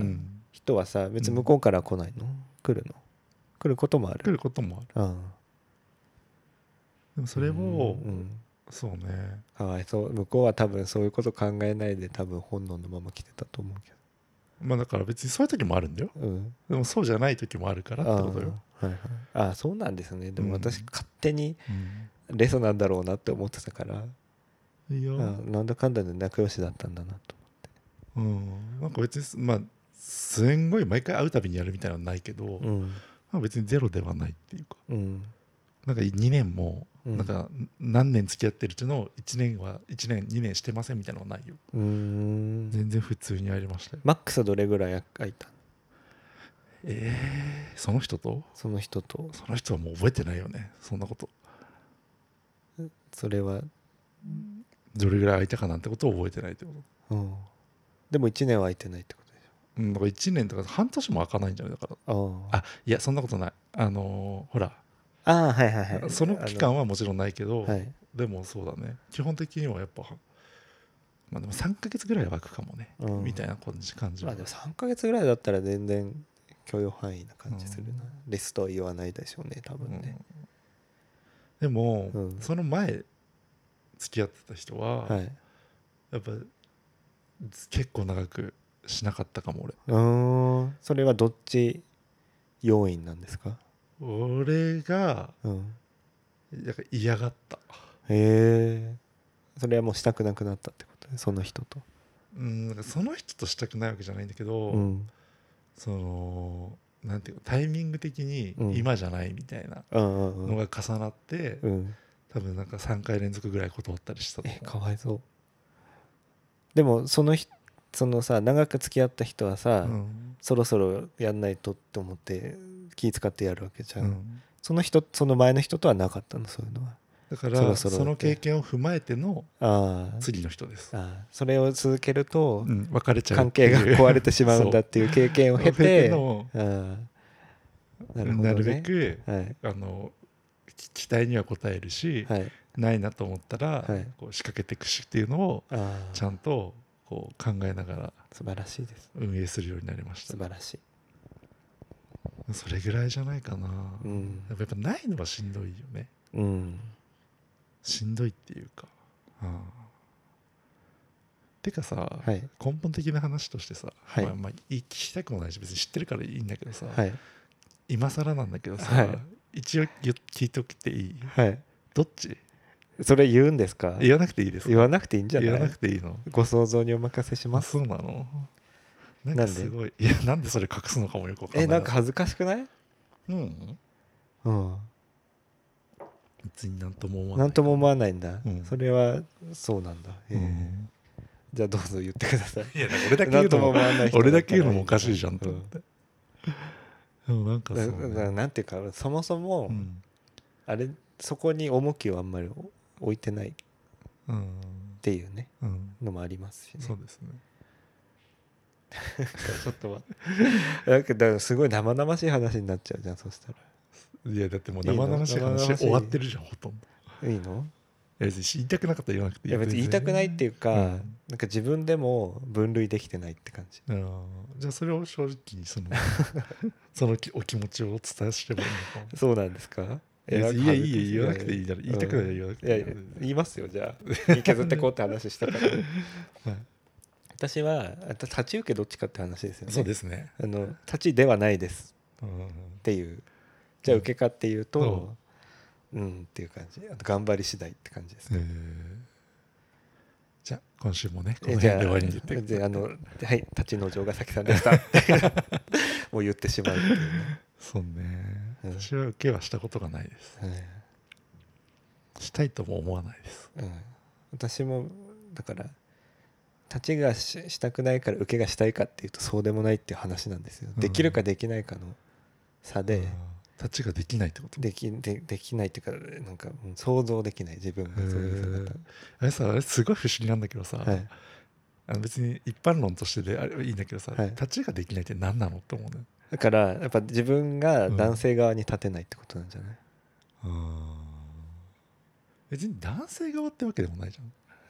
人はさ別に向こうから来ないの、来るの来ることもある来ることもある、でもそれを、そうねかわいそう向こうは多分そういうこと考えないで多分本能のまま来てたと思うけどまあだから別にそういう時もあるんだよ、うん、でもそうじゃない時もあるからってことよあ、はいはい、あそうなんですねでも私勝手にレソなんだろうなって思ってたから、うん、いやなんだかんだで仲良しだったんだなと思ってうんなんか別にまあすんごい毎回会うたびにやるみたいなのはないけど、うん、まあ、別にゼロではないっていうか、うん、なんか2年もなんか何年付き合ってるっていうのを1年は1年2年してませんみたいなのはないよ全然普通にありましたよマックスどれぐらい空いたえー、その人とその人とその人はもう覚えてないよねそんなことそれは、どれぐらい空いたかなんてことを覚えてないってことうん、でも1年は空いてないってことでしょ、うん、だから1年とか半年も空かないんじゃないだからあいやそんなことないあのー、ほらあはいはいはいその期間はもちろんないけど、はい、でもそうだね基本的にはやっぱまあでも3か月ぐらいは空くかもね、うん、みたいな感じ感じまあでも3か月ぐらいだったら全然許容範囲な感じするな、うん、レスとは言わないでしょうね多分ね、でも、その前付き合ってた人は、はい、やっぱ結構長くしなかったかも俺うんそれはどっち要因なんですか俺が、うん、なんか嫌がったへえそれはもうしたくなくなったってことねその人とうんその人としたくないわけじゃないんだけど、うん、そのなんていうかタイミング的に今じゃないみたいなのが重なって、うん、多分なんか3回連続ぐらい断ったりしたえかわいそうでもその人そのさ長く付き合った人はさ、うん、そろそろやんないとって思って気使ってやるわけじゃん、うん、その人その前の人とはなかったのそういうのはだからその経験を踏まえての次の人ですあそれを続けると、うん、別れちゃう関係が壊れてしまうんだっていう経験を経てなるほど、ね、なるべく、はい、あの期待には応えるし、はい、ないなと思ったら、はい、こう仕掛けていくしっていうのをちゃんとこう考えながら素晴らしいです運営するようになりました素晴らしいそれぐらいじゃないかな、うん、やっぱないのはしんどいよね、うん、しんどいっていうか、うん、てかさ、はい、根本的な話としてさ、はい、まあ、まあ、聞きたくもないし別に知ってるからいいんだけどさ、はい、今更なんだけどさ、一応聞いておきていい、どっちそれ言うんですか言わなくていいです言わなくていいんじゃない言わなくていいのご想像にお任せしますそうなのなんかすごいいやなんでそれ隠すのかもよくわかんないえなんか恥ずかしくないうんうん別になんとも思わないなんとも思わないんだ、うん、それはそうなんだ、えー、うん、じゃあどうぞ言ってくだ [LAUGHS] さいいや俺だけ言うのも俺だけ言うのもおかしいじゃんと思って、うん、でもなんかそう、ね、なんていうかそもそも、あれそこに重きをあんまり置いてないっていうね、うん、のもありますしね。そうですねちょっと待ってなんかだからすごい生々しい話になっちゃうじゃんそしたらいやだってもう生々しい話終わってるじゃんほとんどいいのいや別に言いたくなかったら言わなくていいいや別に言いたくないっていうか、うん、なんか自分でも分類できてないって感じ、うん、じゃあそれを正直にその [LAUGHS] そのお気持ちをお伝えしてもいいのかもそうなんですか、いやいやいや言わなくていいだろ言いたくない言わなくていい、うん言いますよじゃ [LAUGHS] あ削ってこうって話したから、はい、私は立ち受けどっちかって話ですよ [LAUGHS] ねそうですねあの立ちではないですっていうじゃあ受けかっていうとうんっていう感じ頑張り次第って感じですね、じゃあ今週もねこの辺で終わりに言ってじゃあのはい立ちの城ヶ崎さんでした [LAUGHS] もう言ってしまうっていうねそうね、うん、私は受けはしたことがないです、うん、したいとも思わないです、うん、私もだから立ちがししたくないから受けがしたいかっていうとそうでもないっていう話なんですよ、できるかできないかの差で、立ちができないってことできでできないっていうかなんか想像できない自分がそういう姿あれさあれすごい不思議なんだけどさ、はい、あの別に一般論としてであれいいんだけどさ、はい、立ちができないって何なのって思うねだからやっぱ自分が男性側に立てないってことなんじゃない、うん、別に男性側ってわけでもないじゃ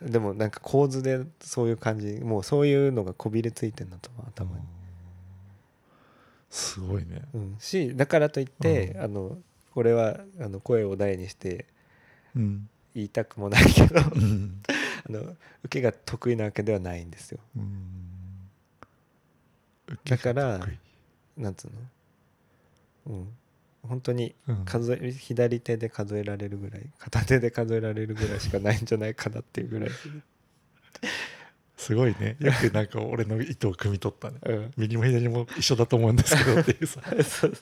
んでもなんか構図でそういう感じもうそういうのがこびりついてんだと思う頭にすごいね、うん、しだからといって、うん、あのこれはあの声を大にして言いたくもないけどあの受けが得意なわけではないんですよ、だからなんつうのうん本当に数え、うん、左手で数えられるぐらい片手で数えられるぐらいしかないんじゃないかなっていうぐらいすごい [LAUGHS] ねよくなんか俺の意図を汲み取ったね、うん、右も左も一緒だと思うんですけどっていうさそう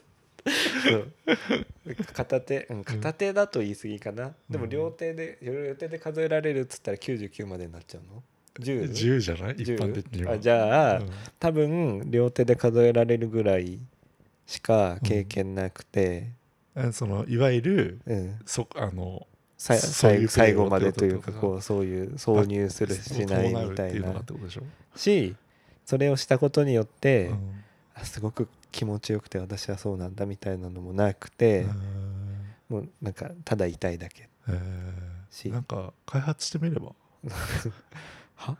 片手、うん、片手だと言い過ぎかな、うん、でも両手で両手で数えられるっつったら99までになっちゃうの 10, 10じゃない一般的にはあじゃあ、うん、多分両手で数えられるぐらいしか経験なくて、うん、そのいわゆる、うん、そあのさ最最後までというかこうそういう挿入するしないみたいなしそれをしたことによって、うん、すごく気持ちよくて私はそうなんだみたいなのもなくてもうなんかただ痛いだけしなんか開発してみればは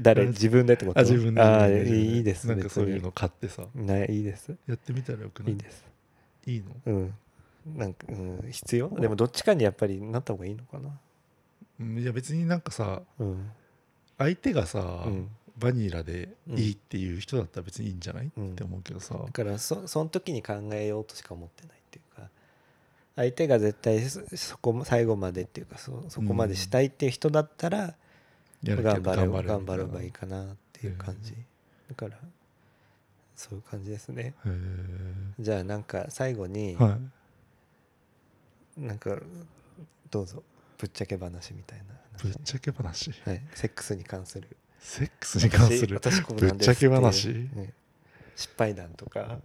誰自分でってことあ自分であいいですなんかそういうの買ってさないいですやってみたらよくないいいですいいのうんなんか、うん、必要でもどっちかにやっぱりなった方がいいのかな、うん、いや別になんかさ、うん、相手がさ、うんバニラでいいっていう人だったら別にいいんじゃない、うん、って思うけどさだからそその時に考えようとしか思ってないっていうか相手が絶対そこ最後までっていうかそそこまでしたいっていう人だったら、うん、頑張れば頑張ればいいかなっていう感じ、だからそういう感じですねじゃあなんか最後に、、はいなんかどうぞぶっちゃけ話みたいなぶっちゃけ話はいセックスに関するセックスに関するぶっちゃけ話、ね、失敗談とか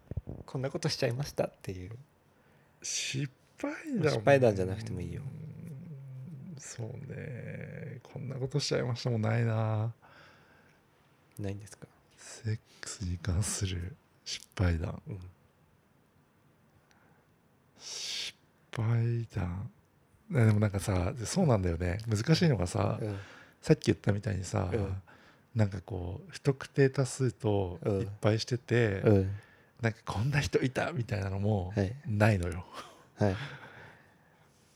こんなことしちゃいましたっていう失敗談失敗談じゃなくてもいいよそうねこんなことしちゃいましたもないなないんですかセックスに関する失敗談、うん、失敗談でもなんかさそうなんだよね難しいのがさ、うん、さっき言ったみたいにさ、うんなんかこう不特定多数といっぱいしてて、うん、なんかこんな人いたみたいなのもないのよ、はい、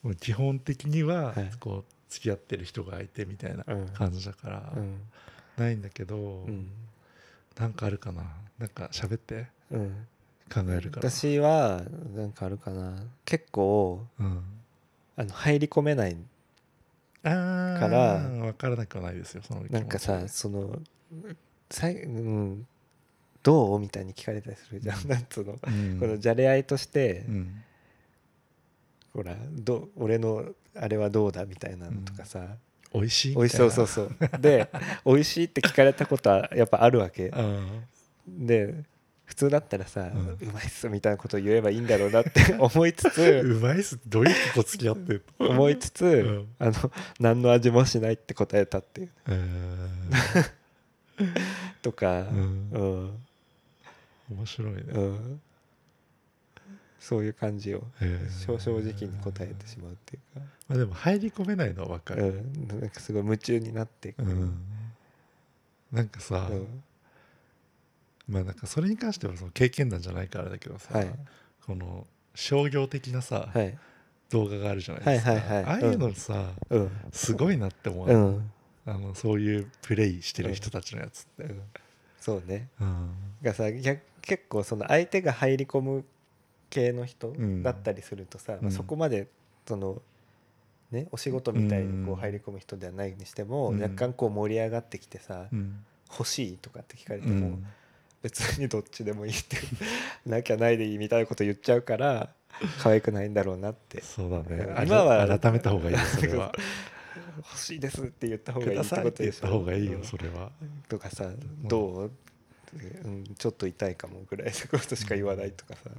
もう基本的にはこう付き合ってる人がいてみたいな感じだから、うん、ないんだけど、うん、なんかあるかななんか喋って、うん、考えるから私はなんかあるかな結構、うん、あの入り込めないあから分からなくはないですよそのなんかさそのさい、うん、どうみたいに聞かれたりするじゃんなんつうの、うん、このじゃれ合いとして、うん、ほらど俺のあれはどうだみたいなのとかさ、うん、美味しい美味しそうそうそうで美味しいって聞かれたことはやっぱあるわけ、で普通だったらさ、うん、うまいっすみたいなことを言えばいいんだろうな [LAUGHS] って思いつつうまいっすどういう人と付き合ってる思いつつ、うん、あの何の味もしないって答えたっていう、えー、とか、うん、うん、面白いね、うん、そういう感じを、えー、正直に答えてしまうっていうか、まあ、でも入り込めないのは分かる、、うん、なんかすごい夢中になっていく、うんなんかさ、まあなんかそれに関してはその経験談じゃないからだけどさ、はい、この商業的なさ、はい、動画があるじゃないですか、はいはいはい、ああいうのさ、うん、すごいなって思う、うん、あのそういうプレイしてる人たちのやつって、うん、そうね、うん、がさ結構その相手が入り込む系の人だったりするとさ、まあ、そこまでその、ね、お仕事みたいにこう入り込む人ではないにしても、若干こう盛り上がってきてさ、欲しいとかって聞かれても、別にどっちでもいいって [LAUGHS] なきゃないでいいみたいなこと言っちゃうから可愛くないんだろうなってそうだね今は改めた方がいいそれは [LAUGHS] 欲しいですって言った方がいいって [LAUGHS] ことでしょ言った方がいいよそれは、とかさどう、うん、ちょっと痛いかもぐらいのことしか言わないとかさ、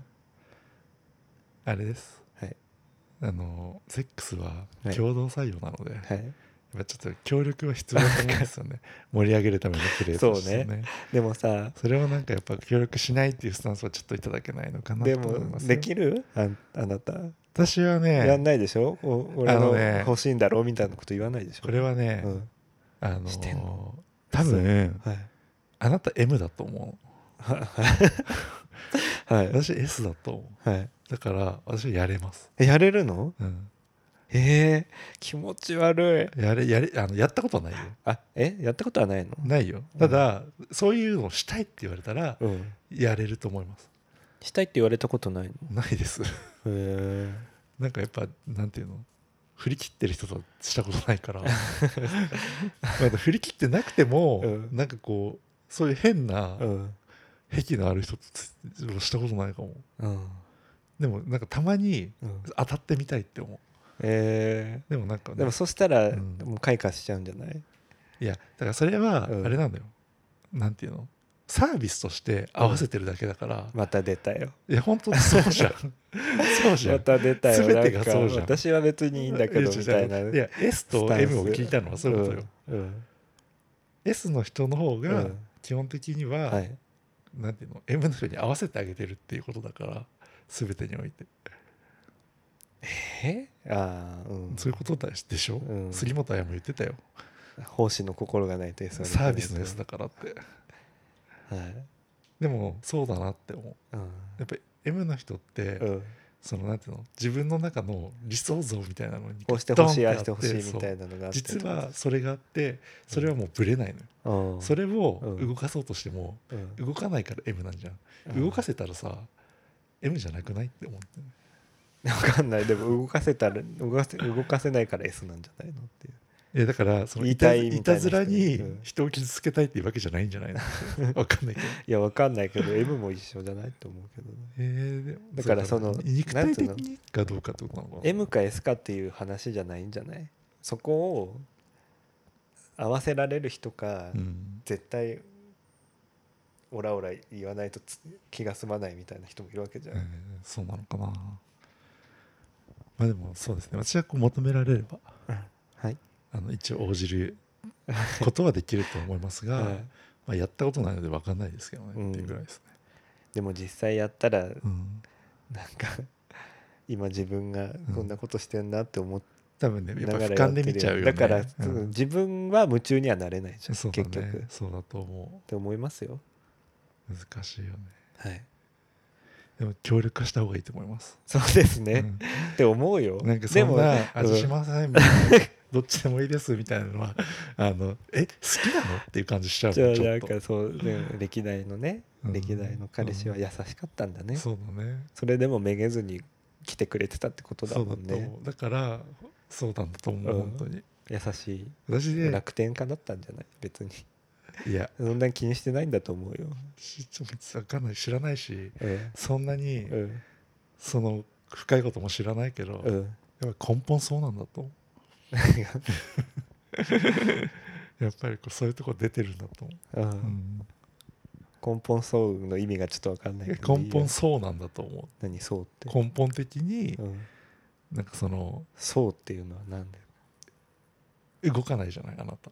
あれですはいあのセックスは共同採用なので、はい、はいやっちょっと協力は必要だと思うんですよね盛り上げるためのプレーとしてね、ね、でもさそれはなんかやっぱ協力しないっていうスタンスはちょっといただけないのかなでもできるああなた私はねやんないでしょお俺の欲しいんだろうみたいなこと言わないでしょ、これはね、うん、あのー、の多分、 [LAUGHS] はい、あなた M だと思うはい、私 S だと思う、はい、だから私はやれますやれるの、うんえー、気持ち悪いやれやれあのやったことはないよあえやったことはないのないよただ、うん、そういうのをしたいって言われたら、うん、やれると思いますしたいって言われたことないのないですへ [LAUGHS] えー、なんかやっぱなんていうの振り切ってる人としたことないからまだ振り切ってなくても、うん、なんかこうそういう変な、癖のある人としたことないかも、うん、でもなんかたまに当たってみたいって思うえー、でもなんか、ね、でもそしたら、もう開花しちゃうんじゃない、うん、いやだからそれはあれなんだよ、うん、なんていうのサービスとして合わせてるだけだから、うん、また出たよいや本当そう [LAUGHS] じゃんそうじゃんまた出たよ全てがそうじゃん私は別にいいんだけどみたいないや S と M を聞いたのはそういうことよ、うん S の人の方が基本的には、はい、なんていうの M の人に合わせてあげてるっていうことだから全てにおいてえー、あ、うん、そういうことでしょ、うん、杉本彩も言ってたよ奉仕の心がないとサービスのやつだからってはいでもそうだなって思う、うん、やっぱり M の人って、うん、そのなんていうの自分の中の理想像みたいなのにこうしてほしいああしてほしいみたいなのが実はそれがあってそれはもうぶれないのよ、うん、それを動かそうとしても、うん、動かないから M なんじゃん、動かせたらさ M じゃなくないって思って、ね、分かんないでも動かせたら動かせ動かせないから S なんじゃないのっていう。えだからそのいたいたずらに人を傷つけたいっていうわけじゃないんじゃないの [LAUGHS] わかんないけどいやわかんないけど M も一緒じゃないと思うけど、ね、えー、だからその肉体的にかどうかってことなのかな M か S かっていう話じゃないんじゃないそこを合わせられる人か、うん、絶対オラオラ言わないと気が済まないみたいな人もいるわけじゃん、えー、そうなのかなまあでもそうですね私はこう求められれば、はいあの一応応じることはできると思いますが、 [LAUGHS] はい、まあ、やったことないので分かんないですけどね、うん、っていうぐらいですねでも実際やったら、うん、なんか [LAUGHS] 今自分がこんなことしてんなって思って、うん。多分ねやっぱ俯瞰で見ちゃうよ、ね、だから、うん、自分は夢中にはなれないじゃん、そうね、結局そうだと思うって思いますよ難しいよねはいでも協力した方がいいと思いますそうですね、うん、って思うよなんかそんな味しませんみたい [LAUGHS] などっちでもいいですみたいなのはあのえ好きなのっていう感じしちゃうじゃあなんかそう、ね、歴代のね、うん、歴代の彼氏は優しかったんだね、うん、そうだねそれでもめげずに来てくれてたってことだもんねだからそうなんだと思う、うん、本当に優しい私で楽天家だったんじゃない別にいやそんなに気にしてないんだと思うよ分かんない知らないし、うん、そんなに、うん、その深いことも知らないけど、うん、やっぱ根本そうなんだ [LAUGHS] と思うやっぱりこうそういうとこ出てるんだと思う、うん、根本そうの意味がちょっと分かんないけど根本そうなんだと思う何そうって根本的に、うん、なんかそのそうっていうのは何だよ動かないじゃないあなた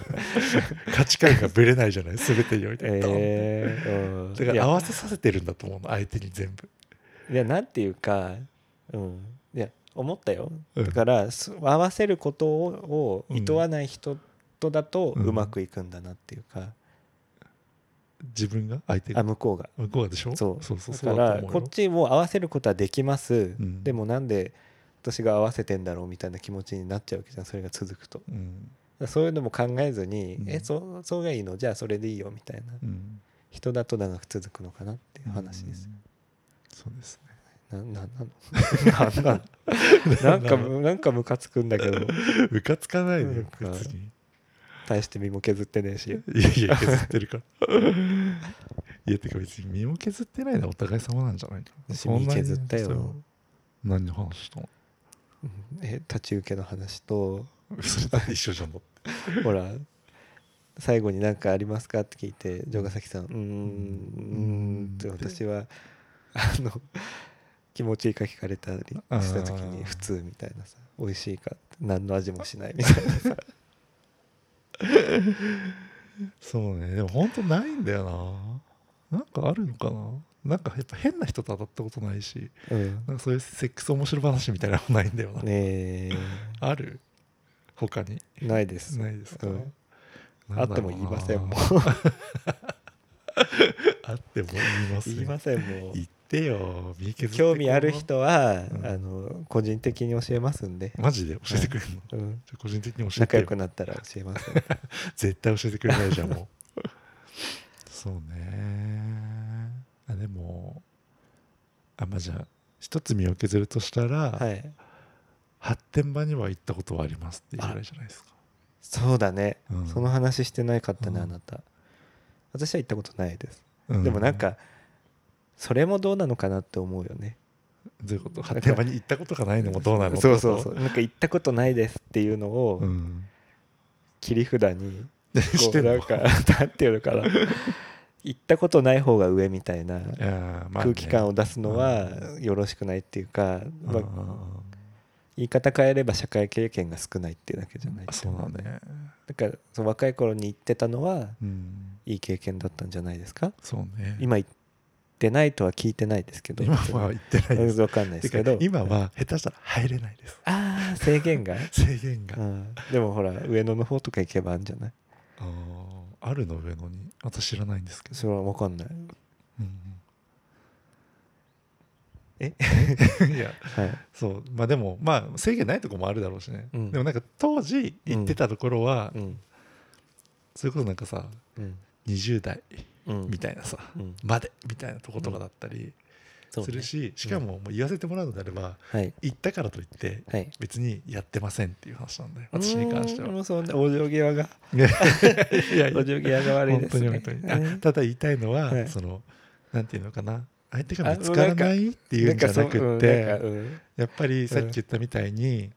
[LAUGHS] 価値観がぶれないじゃない全てにおいて、えー、うん、だから合わせさせてるんだと思うの相手に全部いやなんていうかうんいや思ったよ、だから、うん、合わせることをいとわない人とだとうまくいくんだなっていうか、うん、自分が相手があ向こうが向こうでしょそうそうそうだからこっちも合わせることはできます、うん、でもなんで私が合わせてんだろうみたいな気持ちになっちゃうわけじゃんそれが続くと、そういうのも考えずに、うん、えそそうがいいのじゃあそれでいいよみたいな、人だと長く続くのかなっていう話ですよ、そうですねなななの [LAUGHS] なんかなんかムカつくんだけ [LAUGHS] どムカつかないでよ別に大して身も削ってねえしいやいや削ってるから [LAUGHS] いやてか別に身も削ってないのはお互い様なんじゃないかな身削ったよ何の話したのえ立ち受けの話とそれ一緒じゃんほら最後に何かありますかって聞いて城ヶ崎さん「うんうん」って私はあの気持ちいいか聞かれたりした時に普通みたいなさ美味しいか何の味もしないみたいなさそうねでも本当ないんだよななんかあるのかななんかやっぱ変な人と当たったことないし、うん、なんかそういうセックス面白話みたいなのないんだよな、ね、ある他にないですないですか、うん、あっても言いませんもんあっても言いません言いませんもんっよ興味ある人は、うん、あの個人的に教えますんでマジで教えてくれるの、はいうん、個人的に教えて仲良くなったら教えます絶対教えてくれないじゃんもう [LAUGHS] そうねあでもあまあじゃあ一つ身を削るとしたら、はい、発展場には行ったことはありますっていうぐらいじゃないですかそうだね、うん、その話してなかったね、あなた私は行ったことないです、でもなんか、それもどうなのかなって思うよねどういうこと発展場に行ったことがないのもどうなのそうそうそうなんか行ったことないですっていうのを、うん、切り札に [LAUGHS] してなんか [LAUGHS] なんていうのかな行ったことない方が上みたいな空気感を出すのはよろしくないっていうか、まあ、言い方変えれば社会経験が少ないっていうだけじゃないそうなんだねだからその若い頃に行ってたのは、うん、いい経験だったんじゃないですかそうね今てないとは聞いてないですけど今は行ってないです分かんないですけど今は下手したら入れないですああ制限が、制限が、うんでもほら上野の方とか行けばあるんじゃないあああるの上野に私知らないんですけどそれは分かんない、うん、うん、え [LAUGHS] いや、はい、そうまあでもまあ制限ないとこもあるだろうしね、うん、でもなんか当時行ってたところは、うん、それこそなんかさ、うん、20代みたいなさ、までみたいなとことかだったりするし、ね、しかももう言わせてもらうのであれば、はい、行ったからといって、はい、別にやってませんっていう話なんで私に関してはもうそんなお嬢際がいやお嬢際が悪いです、ね、本本当当にに、えー、ただ言いたいのは、はい、そのなんていうのかな相手が見つからないっていうんじゃなくてやっぱりさっき言ったみたいに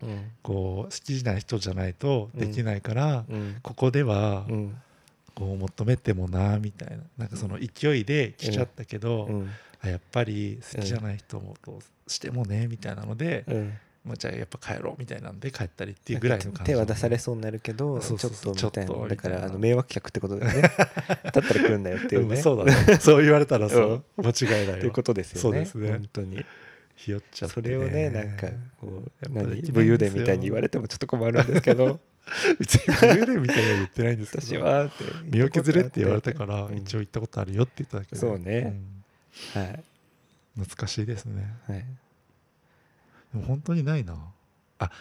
こう好きな人じゃないとできないからここではこう求めてもなみたいななんかその勢いで来ちゃったけどやっぱり好きじゃない人としてもねみたいなので。まあ、じゃあやっぱ帰ろうみたいなんで帰ったりっていうぐらいの感じ手は出されそうになるけどちょっとみたいなだからあの迷惑客ってこと [LAUGHS] だよねだったら来るんだよっていうね、そうだねそう言われたらそう間違いないということですそよねうですね本当にひよっちゃって、それをねなんかこう武勇伝みたいに言われてもちょっと困るんです [LAUGHS] けど別に武勇伝みたいには言ってないんですけど私はって [LAUGHS] 身を削れって言われたから一応行ったことあるよって言っただけで、そうね、うん、はい難しいですねはいでも本当にないなあ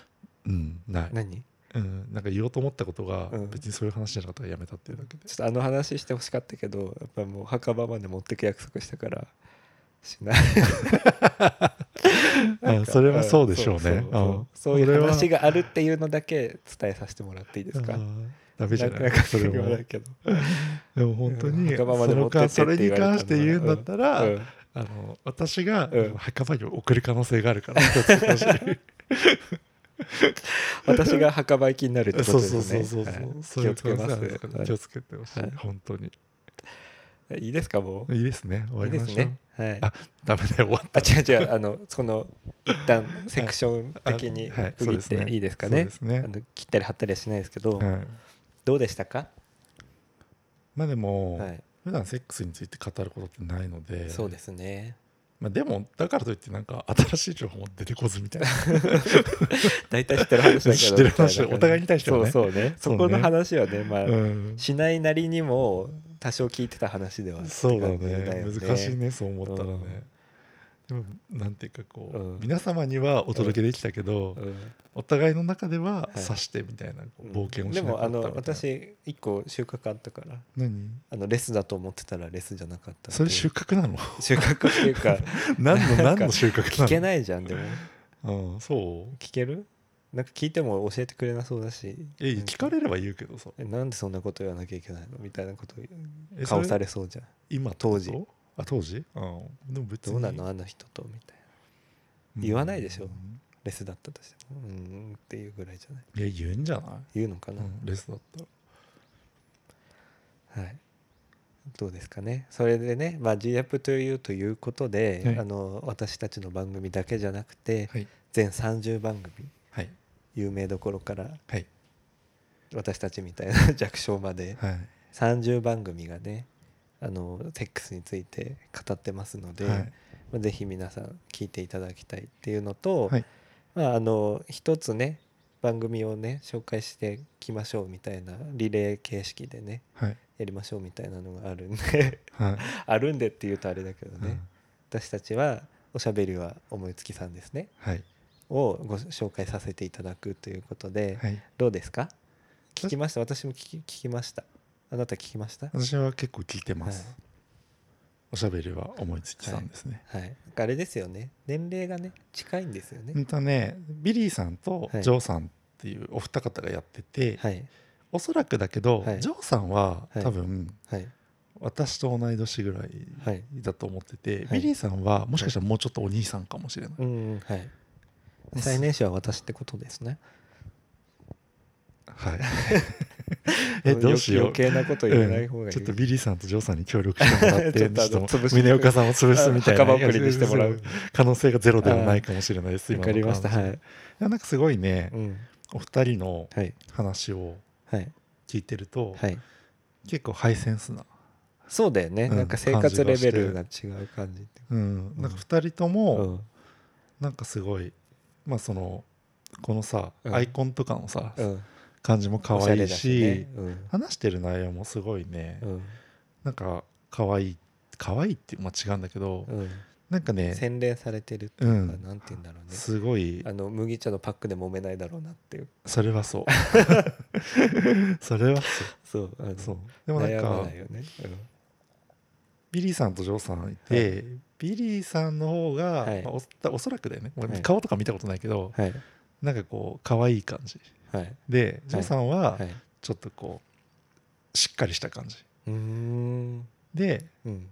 うんない何うん、なんか言おうと思ったことが別にそういう話じゃなかったらやめたっていうだけで、うん、ちょっとあの話してほしかったけどやっぱもう墓場まで持ってく約束したからし [LAUGHS] ないなそれはそうでしょうねそういう話があるっていうのだけ伝えさせてもらっていいですかダメじゃないかそれもでも本当に、うん、それに関して言うんだったら、うんあの私が、うん、墓場に送る可能性があるから私が墓場行きになるってことですね。そうそうそうそう、はい、そう気をつけます、ねはい、気をつけてほしい、はい、本当に。いいですかもう。いいですね。終わりましょう。いいね、はい。あ、ダメだよ終わった。あ、違う違う。あのその一旦セクション的に区切っていいですかね。ねねあの切ったり貼ったりはしないですけど、どうでしたか？まあでも。はい普段セックスについて語ることってないのでそうです [LAUGHS] ねまあでもだからといってなんか新しい情報も出てこずみたいな大体知ってる話だけど知ってる話お互いに対してはねそうそうねそこの話はねま [LAUGHS] あ、うん、しないなりにも多少聞いてた話ではそうだね、ね、難しいねそう思ったらね、うん、でもなんていうかこう、うん、皆様にはお届けできたけど、お互いの中では刺してみたいな、はい、冒険をしなでもあの私一個収穫あったから何あのレスだと思ってたらレスじゃなかったそれ収穫なの [LAUGHS] 収穫っていうか何の何の収穫なの聞けないじゃんでもうんそう聞けるなんか聞いても教えてくれなそうだしえ聞かれれば言うけどさえなんでそんなこと言わなきゃいけないのみたいなこと顔されそうじゃん今当時あ当時あでも別にどうなのあの人とみたいな言わないでしょ、うんレスだったとしてもうんっていうぐらいじゃないいや言うんじゃない、言うのかな、うんレスだったらはいどうですかねそれでね、まあ、G アップというということで、はい、あの私たちの番組だけじゃなくて、はい、全30番組、はい、有名どころから、はい、私たちみたいな [LAUGHS] 弱小まで、はい、 30番組がねあのセックスについて語ってますので、はい、まあ、ぜひ皆さん聞いていただきたいっていうのと、はいまあ、あの一つね番組をね紹介していきましょうみたいなリレー形式でね、はい、やりましょうみたいなのがあるんで [LAUGHS] はい、あるんでっていうとあれだけどね、うん、私たちはおしゃべりは思いつきさんですね、はい、をご紹介させていただくということで、はい、どうですか聞きました私も聞き聞きましたあなた聞きました私は結構聞いてます、おしゃべりは思いつきさんですね、はい、はい、あれですよね年齢がね近いんですよねうんとねビリーさんとジョーさんっていうお二方がやってて、はい、おそらくだけど、はい、ジョーさんは多分、はい、私と同い年ぐらいだと思ってて、ビリーさんはもしかしたらもうちょっとお兄さんかもしれない、うんはい、最年少は私ってことですねはいえどうしよう余計なこと言わない方がいい、うん、ちょっとビリーさんとジョーさんに協力してもらって峰岡さんを潰すみたいな墓ばっにしてもらう可能性がゼロではないかもしれないですわかりましたはいいやなんかすごいね、うん、お二人の話を聞いてると、はいはい、結構ハイセンスなそうだよね、うん、なんか生活レベルが違う感じうん、なんか2人とも、うん、なんかすごいまあそのこのさ、アイコンとかのさ、感じも可愛いしし、ね、話してる内容もすごいね、うん、なんか可愛い可愛いってまあ違うんだけど、うん、なんかね洗練されてるっていうか、うん、なんて言うんだろうねすごいあの麦茶のパックで揉めないだろうなっていうそれは [LAUGHS] そうそれはそうそうそうでもなんか、ねうん、ビリーさんとジョーさんいて、はい、ビリーさんの方が、はい、まあ、おそらくだよね、はい、顔とか見たことないけど、はい、なんかこう可愛い感じ、はい、でジョーさんは、ちょっとこうしっかりした感じうんで、うん、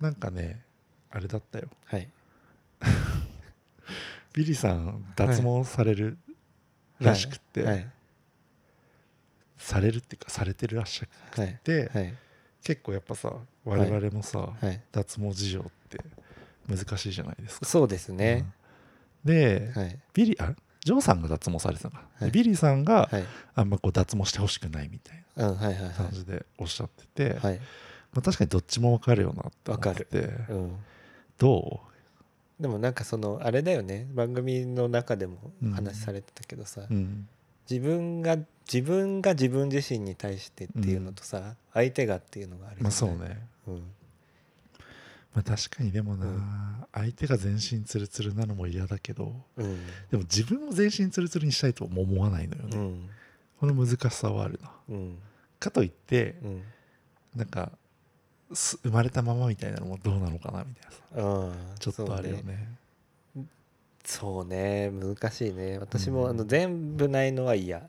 なんかねあれだったよ、はい、ビリさん脱毛されるらしくて、はいはい、されるっていうかされてるらしくて、はい、結構やっぱさ我々もさ、脱毛事情って難しいじゃないですかそうですね、うん、で、ビリあジョーさんが脱毛されてたのか、ビリーさんがあんまこう脱毛してほしくないみたいな感じでおっしゃってて、まあ、確かにどっちも分かるよなって思ってて、うん、どうでもなんかそのあれだよね番組の中でも話されてたけどさ、うん、自分が自分が自分自身に対してっていうのとさ、うん、相手がっていうのがあるよね。まあ、そうね、まあ、確かにでもな、相手が全身ツルツルなのも嫌だけど、でも自分も全身ツルツルにしたいとも思わないのよね、この難しさはあるな、かといって、うなんか生まれたままみたいなのもどうなのかなみたいな、うん、ちょっとあれよねそうね、ね、難しいね私もあの全部ないのは嫌、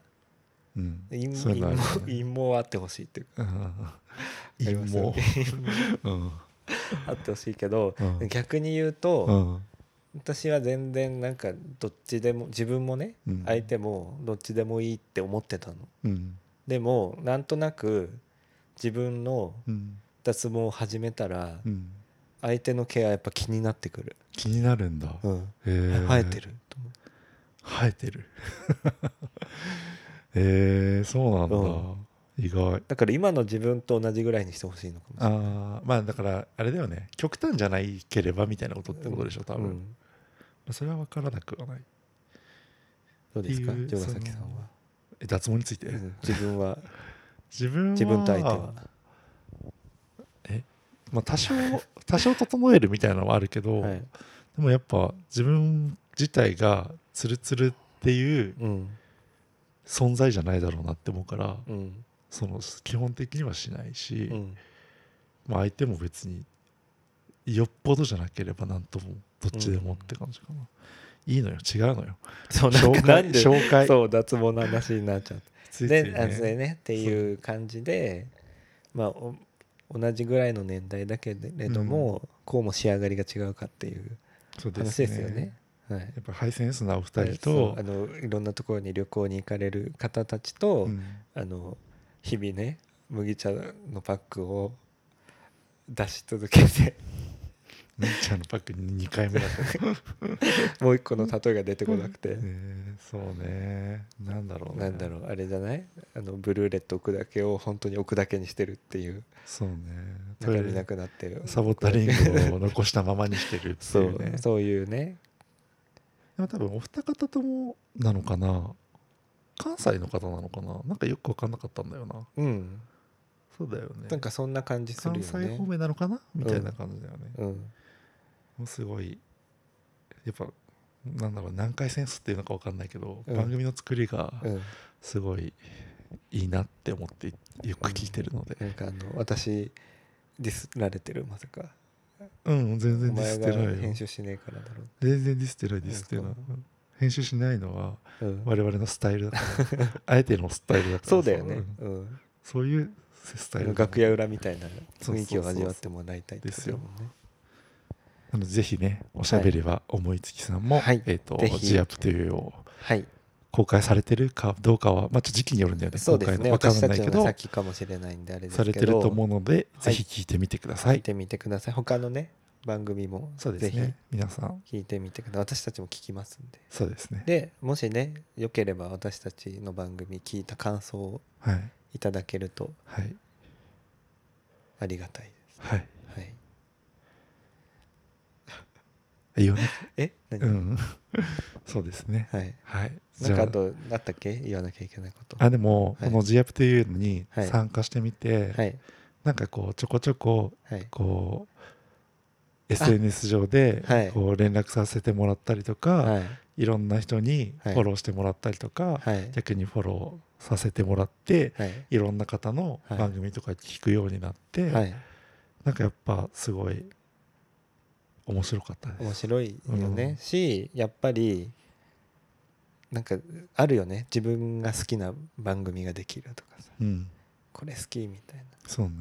うん、陰謀、ね、陰謀あってほしいっていう [LAUGHS] うか、ん、陰謀、うん、 [LAUGHS] あってほしいけど、うん、逆に言うと、私は全然なんかどっちでも自分もね、相手もどっちでもいいって思ってたの、でもなんとなく自分の、脱毛を始めたら、相手のケアやっぱ気になってくる気になるんだ、うん、生えてる生えて [LAUGHS] るえー、そうなんだ、うん、意外だから今の自分と同じぐらいにしてほしいのかもしれないあまあだからあれだよね極端じゃないければみたいなことってことでしょ多分、うん、それは分からなくはないどうですか城ヶ崎さんは脱毛について、自 [LAUGHS] 分は自分自分と相手はまあ、多 [LAUGHS] 少多少整えるみたいなのはあるけど、はい、でもやっぱ自分自体がツルツルっていう存在じゃないだろうなって思うから、うん、その基本的にはしないし、うん、まあ、相手も別によっぽどじゃなければ何ともどっちでもって感じかな。うんいいのよ違うのよそう紹介紹介そう脱毛の話になっちゃってついつい、ね、でねっていう感じでまあ同じぐらいの年代だけれども、うん、こうも仕上がりが違うかっていう話ですよね。ねはい、やっぱハイセンスなお二人とあのいろんなところに旅行に行かれる方たちと、うん、あの日々ね麦茶のパックを出し続けて麦茶のパックに2回目だったもう一個の例えが出てこなくて、えー、そうねなんだろう、ね、なんだろうあれじゃないあのブルーレット置くだけを本当に置くだけにしてるっていうそうねトイレなくなってるサボったリングを残したままにしてるっていう、ね、そうそういうねでも多分お二方ともなのかな関西の方なのかななんかよく分かんなかったんだよなうんそうだよねなんかそんな感じするよね関西方面なのかなみたいな感じだよね、うん、うんもうすごいやっぱなんだろう何回センスっていうのか分かんないけど、うん、番組の作りがすごいいいなって思ってよく聞いてるので、うん、なんかあの私ディスられてるまさかうん全然ディスってない編集しねえからだろう全然ディスってないディスってない編集しないのは我々のスタイルだから、うん、 [LAUGHS] あえてのスタイルだからそうだよね、うん、そういうスタイル楽屋裏みたいな雰囲気を味わってもらいたいですよねなのでぜひねおしゃべりは思いつきさんも、はい、えーと、とジアップというを公開されてるかどうかは、まあ、ちょっと時期によるんだよねそうですね公開分かんないけど先かもしれないんであれですされてると思うので、はい、ぜひ聞いてみてください聞いてみてください他のね番組もそうですね皆さん聞いてみてください私たちも聞きますんでそうですねでもしねよければ私たちの番組聞いた感想をいただけると、はい、はいありがたいです、はい、はい、言わなえ何、うん、 [LAUGHS] そうですねはい、はい、なんかあとあったっけ言わなきゃいけないことあでも、はい、この GFTU に参加してみて、はい、なんかこうちょこちょこ、はい、こう SNS 上でこう連絡させてもらったりとか、、はいいろんな人にフォローしてもらったりとか、はい、逆にフォローさせてもらって、はい、いろんな方の番組とか聞くようになって、はい、なんかやっぱすごい面白かったです面白いよね、うん、しやっぱりなんかあるよね自分が好きな番組ができるとかさ、うん、これ好きみたいなそうね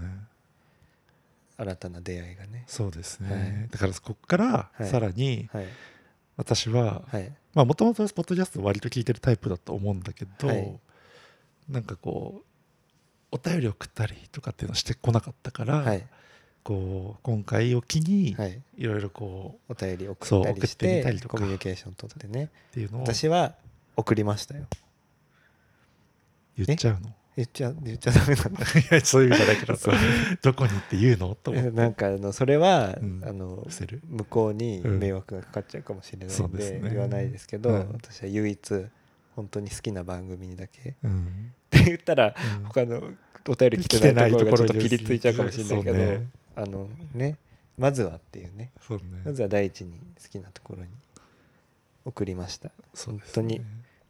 新たな出会いがねそうですね、はい、だからここからさらに、はい、私は、はい、まあもともとポッドキャスト割と聞いてるタイプだと思うんだけど、はい、なんかこうお便り送ったりとかっていうのしてこなかったから、はいこう今回を機にいろいろこう、お便り送ったりしてたりとかコミュニケーション取ってねっていうのを私は送りましたよ言っちゃうの [LAUGHS] 言っちゃ言っちゃダメなんだいやそういう意味じゃないけどどこにって言うのと思って [LAUGHS] なんかあのそれは、うん、あの向こうに迷惑がかかっちゃうかもしれないんで,うんでね、言わないですけど、うん、私は唯一本当に好きな番組にだけ、、うんって言ったら、他のお便り来てないところがちょっとピリついちゃうかもしれないけど。あのねまずはっていうね、ね、まずは第一に好きなところに送りました、ね、本当に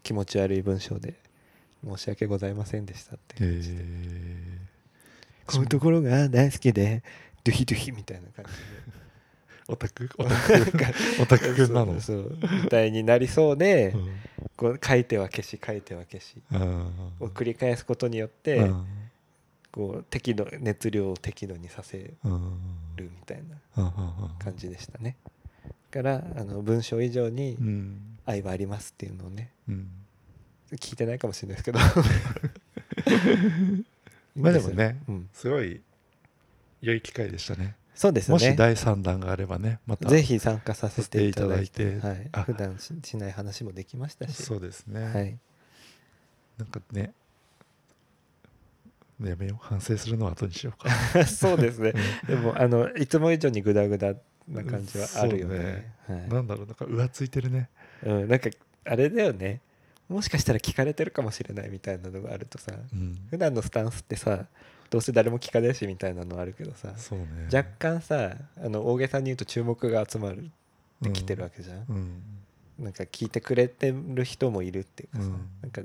気持ち悪い文章で申し訳ございませんでしたって感じで、えー、こういうところが大好きでドゥヒドゥヒみたいな感じでオタ [LAUGHS] クオタクオタクなのそうみたいになりそうで、うん、こう書いては消し書いては消しを繰り返すことによって、こう適度熱量を適度にさせるみたいな感じでしたねだからあの文章以上に愛はありますっていうのをね、うん、聞いてないかもしれないですけ [LAUGHS] どまあでもね、うん、すごい良い機会でしたねそうですねもし第3弾があればねまたぜひ参加させていただいてはい、普段ししない話もできましたしそうですね、はい、なんかねやめよう反省するのは後にしようか [LAUGHS] そうです [LAUGHS] ねでもあのいつも以上にグダグダな感じはあるよねね、はい、なんだろうなんか浮ついてるねうんなんかあれだよねもしかしたら聞かれてるかもしれないみたいなのがあるとさ、うん、普段のスタンスってさどうせ誰も聞かねえしみたいなのあるけどさ、ね、若干さあの大げさに言うと注目が集まるってきてるわけじゃん、うんうん、なんか聞いてくれてる人もいるっていうかさ、なんか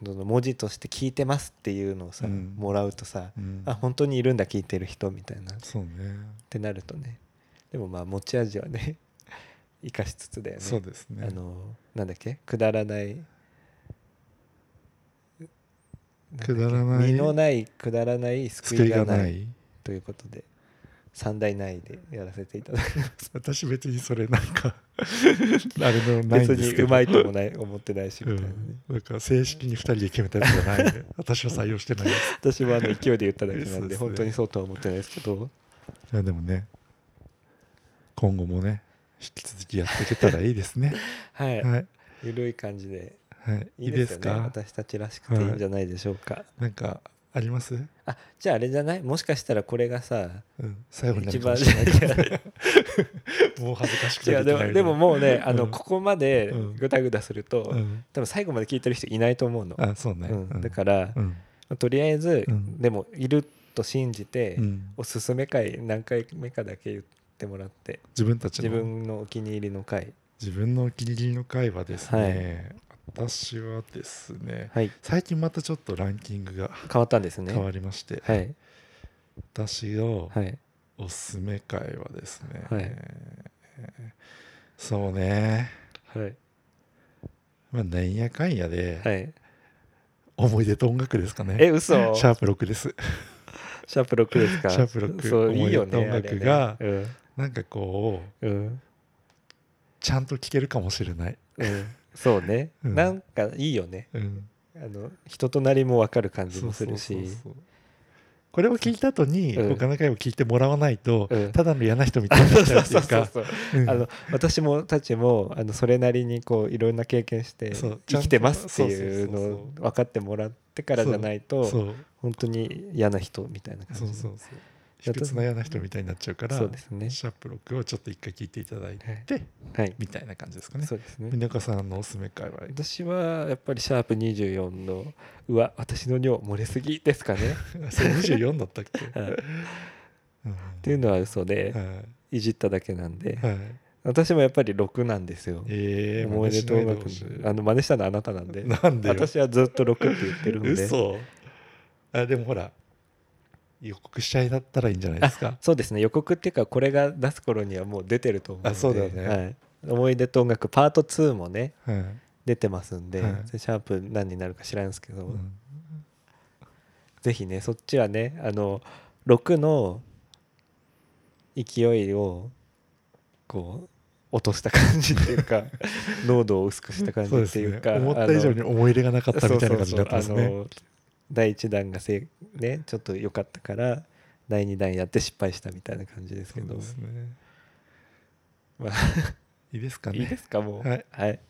文字として聞いてますっていうのをさ、うん、もらうとさ、うん、あ本当にいるんだ聞いてる人みたいなそうねってなるとねでもまあ持ち味はね [LAUGHS] 生かしつつだよねそうですねあのなんだっけくだらないくだらない身のないくだらない救いがないということで三大ないでやらせていただきます [LAUGHS] 私別にそれなんか [LAUGHS] あれのないんですけど別にうまいともない思ってないしみたいな、ね、うん、なんか正式に2人で決めたやつじゃないんで私は採用してないです私はあの勢いで言っただけなんで本当に [LAUGHS] そうとは思ってないですけどいやでもね今後もね引き続きやっていけたらいいですね [LAUGHS] はい、はい、緩い感じで、はい、、いいです、ね、か私たちらしくていいんじゃないでしょうか、はいなんかありますあじゃああれじゃないもしかしたらこれがさ、うん、最後に一番もう恥ずかしくてでもでももうねあの、うん、ここまでぐだぐだすると、うん、多分最後まで聞いてる人いないと思うのあそうね、だから、とりあえず、でもいると信じて、おすすめ回何回目かだけ言ってもらって自分たち自分のお気に入りの回自分のお気に入りの回はですね、はい私はですね、はい、最近またちょっとランキングが変わったんですね変わりまして、はい、私のはいおすすめ会はですね、はい、そうねはいまあなんやかんやで、はい、思い出と音楽ですかねえ嘘シャープ6ですシャープ6ですかシャープ6そういいよね音楽が、ね、うん、なんかこう、うん、ちゃんと聴けるかもしれない、うん、そうね、うん、なんかいいよね、うん、あの人となりも分かる感じもするしこれを聞いた後に、うん、他の回を聞いてもらわないと、うん、ただの嫌な人みたいになっちゃうって [LAUGHS] いうか私もたちもあのそれなりにこういろんな経験して生きてますっていうのを分かってもらっってからじゃないと本当に嫌な人みたいな感じそうそうそう卑屈な嫌な人みたいになっちゃうからそうです、ね、シャープ6をちょっと一回聞いていただいて、はい、みたいな感じですかね。そうですね皆川さんのおすすめ会は私はやっぱりシャープ24の「うわ私の尿漏れすぎ」ですか [LAUGHS] ね。それ24だったっけ、っていうのは嘘で、い、じっただけなんで、私もやっぱり6なんですよ。えー、おめでとうございます。あの真似したのあなたなんでなんで私はずっと6って言ってるんで。嘘あでもほら予告しちゃいだったらいいんじゃないです [LAUGHS] かそうですね予告っていうかこれが出す頃にはもう出てると思うのであそうだよね、はい、思い出と音楽パート2もね、うん、出てますんで、うん、シャープ何になるか知らんすけど、うん、ぜひねそっちはねあの6の勢いをこう落とした感じっていう [LAUGHS] か濃度を薄くした感じっていうか、ね、思った以上に思い入れがなかったみたいな感じだったんですね。第1弾がせ、ね、ちょっと良かったから第2弾やって失敗したみたいな感じですけど、ね、まあ、いいですかねいいですかもうはい、はい、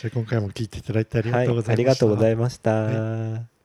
じゃあ今回も聞いていただいてありがとうございました、はい、ありがとうございました、はい